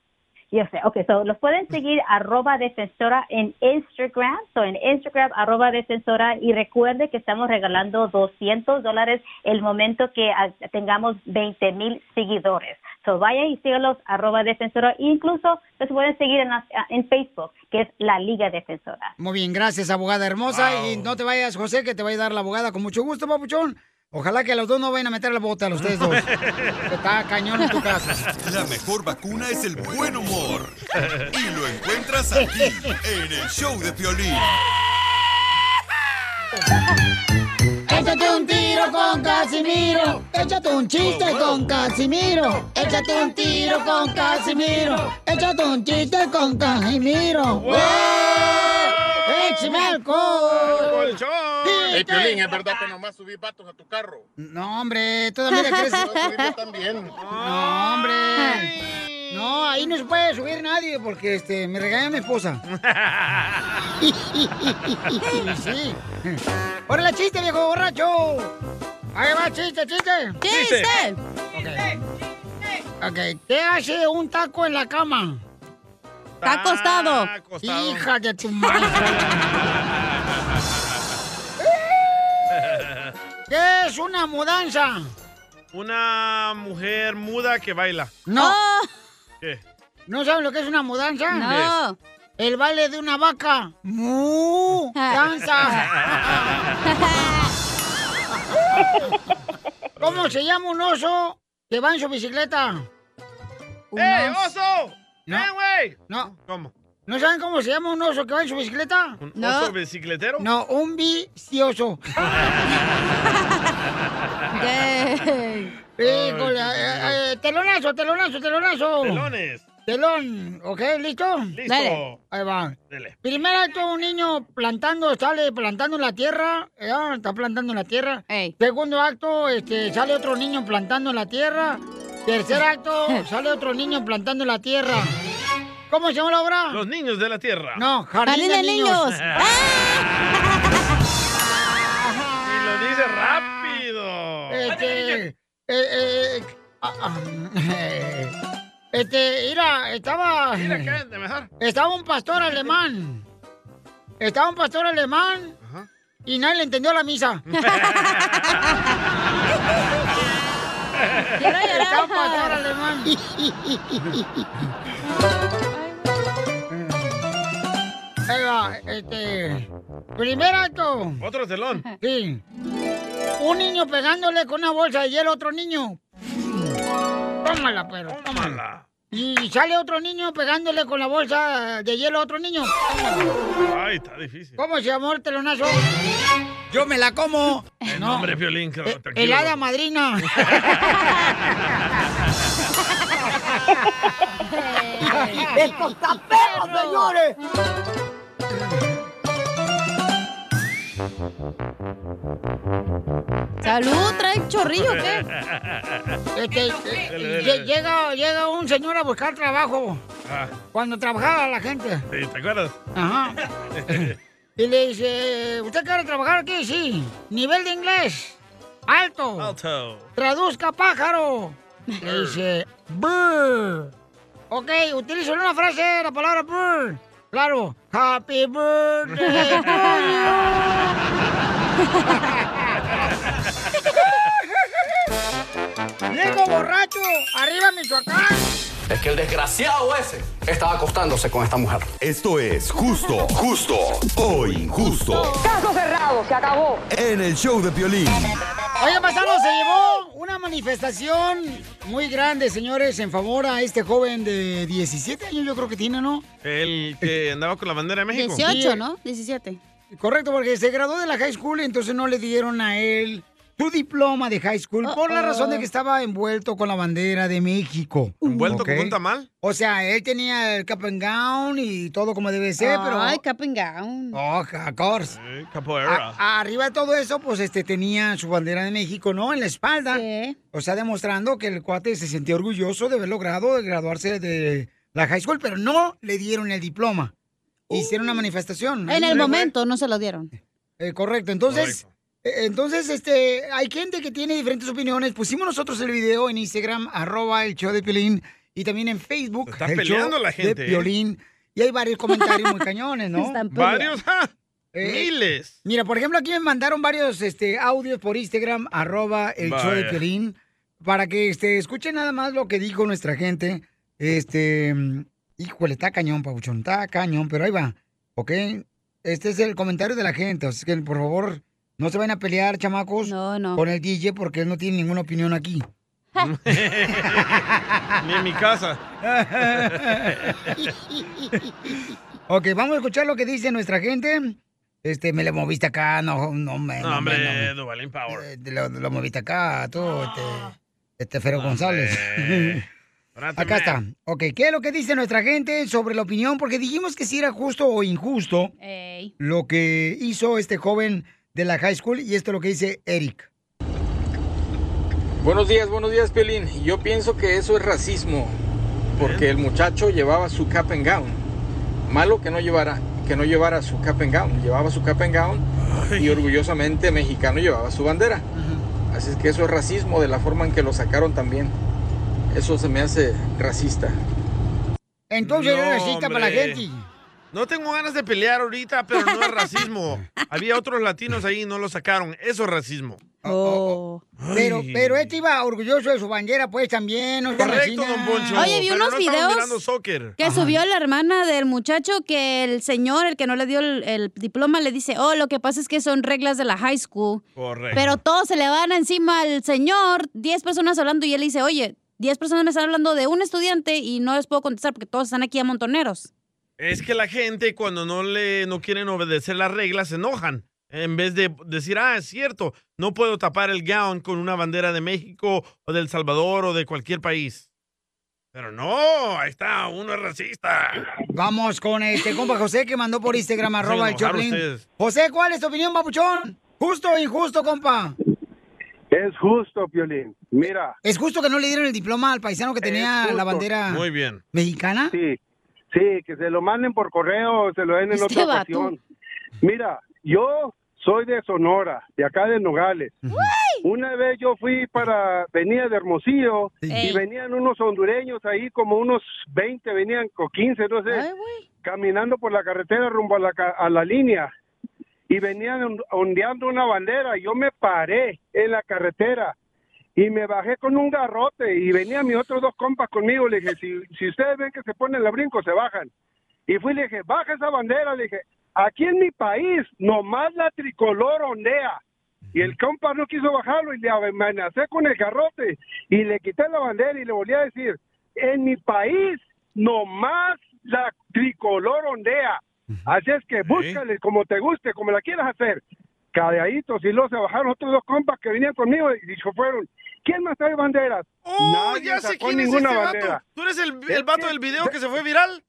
Speaker 17: Yo sé, ok, so los pueden seguir arroba defensora en Instagram, so en Instagram arroba defensora y recuerde que estamos regalando 200 dólares el momento que ah, tengamos 20 mil seguidores. So vaya y sígalos arroba defensora, incluso los pueden seguir en, las- ah, en Facebook, que es la Liga Defensora.
Speaker 2: Muy bien, gracias, abogada hermosa. Y no te vayas, José, que te va a ayudar la abogada con mucho gusto, papuchón. Ojalá que los dos no vayan a meter la bota a ustedes dos. Que Está cañón en tu casa.
Speaker 5: La mejor vacuna es el buen humor. Y lo encuentras aquí, en el show de Piolín.
Speaker 26: Échate un tiro con Casimiro.
Speaker 2: Échate un
Speaker 25: Oh,
Speaker 2: chiste con Casimiro.
Speaker 26: Échate un tiro con Casimiro.
Speaker 2: Échate un chiste con
Speaker 25: Oh,
Speaker 2: Casimiro. ¡Wow! ¡Échame alcohol!
Speaker 25: Ey, Piolín, es verdad que nomás subí vatos a tu carro.
Speaker 2: No, hombre, todavía crees.
Speaker 25: Yo también.
Speaker 2: No, hombre. No, ahí no se puede subir nadie porque este, me regaña mi esposa. sí. ¡Órale, chiste, viejo borracho! Ahí va, chiste, chiste.
Speaker 26: ¡Chiste!
Speaker 2: Ok, ¿qué hace un taco en la cama?
Speaker 3: Está acostado.
Speaker 4: acostado.
Speaker 2: Hija de tu madre. ¿Qué es una mudanza?
Speaker 4: Una mujer muda que baila.
Speaker 2: No.
Speaker 3: Oh.
Speaker 4: ¿Qué?
Speaker 2: ¿No saben lo que es una mudanza?
Speaker 4: No.
Speaker 2: El baile de una vaca. ¡Mu! ¡Danza! ¿Cómo se llama un oso que va en su bicicleta? ¡Eh,
Speaker 4: ¡Ey, oso!
Speaker 2: No.
Speaker 4: ¡Ven, güey!
Speaker 2: No.
Speaker 4: ¿Cómo?
Speaker 2: ¿No saben cómo se llama un oso que va en su bicicleta?
Speaker 4: ¿Un oso bicicletero?
Speaker 2: No, un vicioso. Híjole, eh, eh, telonazo, telonazo, telonazo.
Speaker 4: Telones.
Speaker 2: Telón, ¿ok? ¿Listo?
Speaker 4: Listo. Dale.
Speaker 2: Ahí va.
Speaker 4: Dele.
Speaker 2: Primer acto, un niño plantando, sale plantando en la tierra. eh, ah, está plantando en la tierra. Segundo acto, este, sale otro niño plantando en la tierra. Tercer acto, sale otro niño plantando en la tierra. ¿Cómo se llama la obra?
Speaker 4: Los niños de la tierra.
Speaker 2: No, Jardín, de, Niños.
Speaker 4: Y lo dice rápido.
Speaker 2: Este, eh, eh, ah, ah, este, mira, estaba...
Speaker 4: Mira, cállate mejor.
Speaker 2: Estaba un pastor alemán. Estaba un pastor alemán y nadie le entendió la misa. Estaba
Speaker 4: pues,
Speaker 2: un pastor alemán. Ahí va, este. Primer acto.
Speaker 4: Otro telón.
Speaker 2: Sí. Un niño pegándole con una bolsa de hielo a otro niño. Tómala, pero.
Speaker 4: Tómala.
Speaker 2: Y sale otro niño pegándole con la bolsa de hielo a otro niño.
Speaker 4: Ay, está difícil.
Speaker 2: ¿Cómo se llamó el telonazo? Yo me la como.
Speaker 4: El
Speaker 2: No, Eh,
Speaker 4: nombre violín, claro, tranquilo.
Speaker 2: el hada madrina.
Speaker 26: ¡Esto está feo, señores!
Speaker 3: Salud, trae chorrillo, ¿qué?
Speaker 2: Este, eh, lle- llega, llega un señor a buscar trabajo
Speaker 4: Ah,
Speaker 2: cuando trabajaba la gente.
Speaker 4: sí, ¿Te acuerdas?
Speaker 2: Ajá. Y le dice, ¿usted quiere trabajar aquí? Sí. Nivel de inglés. Alto.
Speaker 4: Alto.
Speaker 2: Traduzca pájaro. Le dice, bird. Ok, utilizo en una frase la palabra bird. Claro. Happy birthday to you. Viejo borracho, arriba Michoacán.
Speaker 7: Es que el desgraciado ese estaba acostándose con esta mujer.
Speaker 5: Esto es justo, justo o injusto.
Speaker 2: Caso cerrado, se acabó.
Speaker 5: En el show de Piolín.
Speaker 2: Oiga, pasado, se llevó una manifestación muy grande, señores, en favor a este joven de 17 años, yo creo que tiene, ¿no?
Speaker 4: El que andaba con la bandera de México.
Speaker 3: 18, ¿no? 17.
Speaker 2: Correcto, porque se graduó de la high school y entonces no le dieron a él su diploma de high school por la
Speaker 4: Uh-oh.
Speaker 2: razón de que estaba envuelto con la bandera de México.
Speaker 4: ¿Envuelto
Speaker 2: ¿ok?
Speaker 4: con un tamal?
Speaker 2: O sea, él tenía el cap and gown y todo como debe ser, pero...
Speaker 3: Ay, cap and gown.
Speaker 2: Oh, of course.
Speaker 4: Eh, capoeira.
Speaker 2: A- arriba de todo eso, pues este tenía su bandera de México, ¿no? En la espalda. O sea, demostrando que el cuate se sentía orgulloso de haber logrado de graduarse de la high school, pero no le dieron el diploma. Hicieron una manifestación.
Speaker 3: En el momento no se lo dieron.
Speaker 2: Eh, correcto. Entonces, eh, entonces, este, hay gente que tiene diferentes opiniones. Pusimos nosotros el video en Instagram, arroba el show de Piolín, y también en Facebook.
Speaker 4: Está
Speaker 2: el show
Speaker 4: peleando la gente,
Speaker 2: De
Speaker 4: ¿eh?
Speaker 2: Piolín. Y hay varios comentarios muy cañones, ¿no? Eh,
Speaker 4: Están peleando. Varios, ah, miles.
Speaker 2: Mira, por ejemplo, aquí me mandaron varios este, audios por Instagram, arroba el show de
Speaker 4: Vaya.
Speaker 2: Piolín, para que este, escuchen nada más lo que dijo nuestra gente. Este, mm, híjole, está cañón, Pabuchón, está cañón, pero ahí va, ¿ok? Este es el comentario de la gente, así que por favor, No se van a pelear, chamacos, con el DJ porque él no tiene ninguna opinión aquí.
Speaker 4: Ni en mi casa.
Speaker 2: ok, vamos a escuchar lo que dice nuestra gente. Este, me lo moviste acá, no, no me. me-
Speaker 4: No,
Speaker 2: no me-
Speaker 4: hombre, Duvalín Power.
Speaker 2: te lo, lo moviste acá, tú, este, este Fero González. Acá está. Ok, ¿qué es lo que dice nuestra gente sobre la opinión? Porque dijimos que si era justo o injusto
Speaker 3: Ey.
Speaker 2: lo que hizo este joven de la high school y esto es lo que dice Eric.
Speaker 9: Buenos días, buenos días, Piolín. Yo pienso que eso es racismo, porque el muchacho llevaba su cap and gown. Malo que no llevara, que no llevara su cap and gown. Llevaba su cap and gown y orgullosamente mexicano llevaba su bandera. Así es que eso es racismo de la forma en que lo sacaron también. Eso se me hace racista.
Speaker 2: Entonces
Speaker 9: No,
Speaker 2: era racista para la
Speaker 9: hombre.
Speaker 2: gente.
Speaker 4: No tengo ganas de pelear ahorita, pero no es racismo. Había otros latinos ahí y no lo sacaron. Eso es racismo.
Speaker 3: Oh.
Speaker 4: Ay.
Speaker 2: Oh, Pero, pero este iba orgulloso de su bandera, pues también. No
Speaker 4: Correcto, don Poncho.
Speaker 3: Oye, vi
Speaker 4: pero
Speaker 3: unos
Speaker 4: no
Speaker 3: videos
Speaker 4: Estamos mirando soccer.
Speaker 3: Que subió la hermana del muchacho que el señor, el que no le dio el, el diploma, le dice, oh, lo que pasa es que son reglas de la high school.
Speaker 4: Correcto.
Speaker 3: Pero todos se le van encima al señor, 10 personas hablando y él dice, oye, 10 personas me están hablando de un estudiante y no les puedo contestar porque todos están aquí a montoneros.
Speaker 4: Es que la gente cuando no le no quieren obedecer las reglas se enojan. En vez de decir, ah, es cierto, no puedo tapar el gown con una bandera de México o del Salvador o de cualquier país. Pero no, ahí está, uno es racista.
Speaker 2: Vamos con este compa José que mandó por Instagram
Speaker 4: Se
Speaker 2: arroba el
Speaker 4: enojaron
Speaker 2: Choplin.
Speaker 4: ustedes.
Speaker 2: José, ¿cuál es tu opinión, papuchón? ¿Justo o injusto, compa?
Speaker 18: Es justo, Piolín. Mira.
Speaker 2: ¿Es justo que no le dieron el diploma al paisano que tenía la bandera?
Speaker 4: bien.
Speaker 2: ¿Mexicana?
Speaker 18: Sí. Sí, que se lo manden por correo o se lo den en
Speaker 2: Este
Speaker 18: otra
Speaker 2: vato.
Speaker 18: ocasión. Mira, yo soy de Sonora, de acá de Nogales. Una vez yo fui para, venía de Hermosillo y Ey. venían unos hondureños ahí, como unos 20, venían o 15, no sé, caminando por la carretera rumbo a la, ca- a la línea y venían on- ondeando una bandera. Yo me paré en la carretera y me bajé con un garrote y venían mis otros dos compas conmigo. Le dije, si, si ustedes ven que se ponen la brinco, se bajan. Y fui y le dije, baja esa bandera. Le dije, aquí en mi país nomás la tricolor ondea. Y el compa no quiso bajarlo y le amenacé con el garrote y le quité la bandera y le volví a decir, en mi país nomás la tricolor ondea. Así es que búscale como te guste, como la quieras hacer. Cadeitos y luego se bajaron otros dos compas que venían conmigo y se fueron. ¿Quién más trae banderas?
Speaker 4: Oh,
Speaker 18: Nadie
Speaker 4: ya sé
Speaker 18: sacó
Speaker 4: quién es ese
Speaker 18: ninguna
Speaker 4: vato.
Speaker 18: bandera.
Speaker 4: ¿Tú eres el, el vato del video que se fue viral?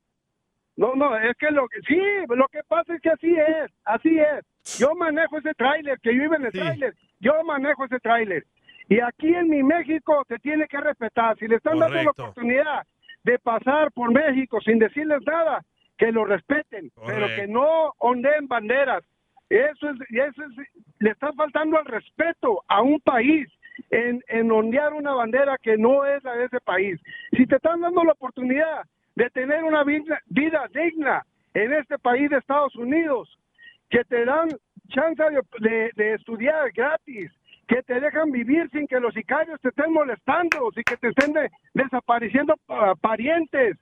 Speaker 18: No, no, es que lo que sí, lo que pasa es que así es, así es. Yo manejo ese tráiler, que yo iba en el tráiler, yo manejo ese tráiler. Y aquí en mi México se tiene que respetar. Si le están dando la
Speaker 19: Correcto.
Speaker 18: oportunidad de pasar por México sin decirles nada, que lo respeten, pero que no ondeen banderas. Eso es, eso es- le está faltando al respeto a un país en, en ondear una bandera que no es la de ese país. Si te están dando la oportunidad de tener una vida, vida digna en este país de Estados Unidos, que te dan chance de, de- de estudiar gratis, que te dejan vivir sin que los sicarios te estén molestando, sin que te estén de- desapareciendo ah, parientes,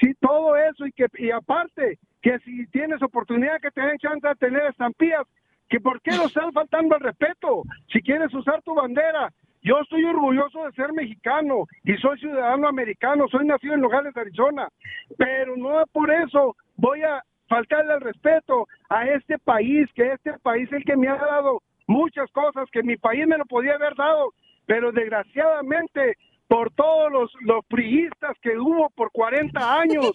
Speaker 18: si todo eso y que y aparte que si tienes oportunidad que te den chance de tener estampillas, que por qué nos están faltando al respeto, si quieres usar tu bandera. Yo estoy orgulloso de ser mexicano y soy ciudadano americano, soy nacido en Nogales, Arizona, pero no por eso voy a faltarle al respeto a este país, que este país es el que me ha dado muchas cosas que mi país me lo podía haber dado, pero desgraciadamente por todos los, los priistas que hubo por 40 años,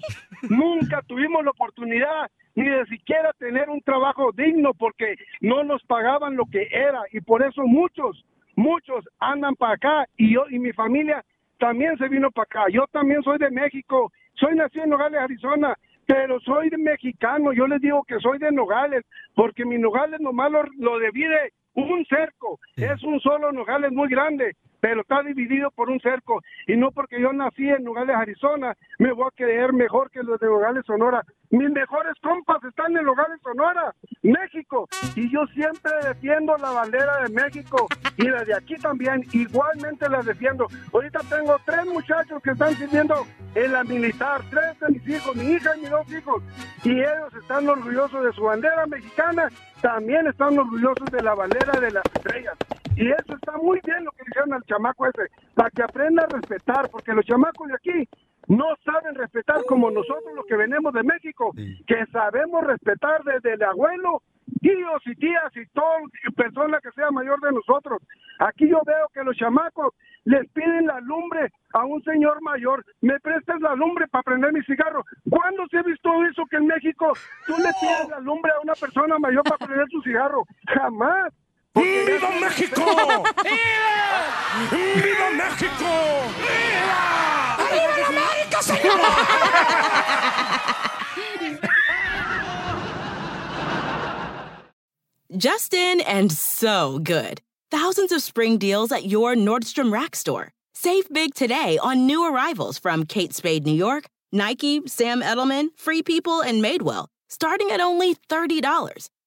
Speaker 18: nunca tuvimos la oportunidad ni de siquiera tener un trabajo digno porque no nos pagaban lo que era y por eso muchos, muchos andan para acá y yo y mi familia también se vino para acá. Yo también soy de México, soy nacido en Nogales, Arizona, pero soy de mexicano. Yo les digo que soy de Nogales, porque mi Nogales nomás lo, lo divide un cerco. Es un solo Nogales muy grande. pero está dividido por un cerco. Y no porque yo nací en Nogales, Arizona, me voy a creer mejor que los de Nogales, Sonora. Mis mejores compas están en Nogales, Sonora, México. Y yo siempre defiendo la bandera de México y la de aquí también, igualmente la defiendo. Ahorita tengo tres muchachos que están sirviendo en la militar, tres de mis hijos, mi hija y mis dos hijos. Y ellos están orgullosos de su bandera mexicana, también están orgullosos de la bandera de las estrellas. Y eso está muy bien lo que dijeron al chamaco ese, para que aprenda a respetar, porque los chamacos de aquí no saben respetar como nosotros los que venimos de México, que sabemos respetar desde el abuelo, tíos y tías y toda persona que sea mayor de nosotros. Aquí yo veo que los chamacos les piden la lumbre a un señor mayor, me prestas la lumbre para prender mi cigarro. ¿Cuándo se ha visto eso que en México tú le pides la lumbre a una persona mayor para prender su cigarro? Jamás.
Speaker 6: ¡Viva México! ¡Viva! ¡Viva México! ¡Viva! ¡Viva América,
Speaker 11: Justin and so good. Thousands of spring deals at your Nordstrom Rack store. Save big today on new arrivals from Kate Spade New York, Nike, Sam Edelman, Free People, and Madewell, starting at only $30.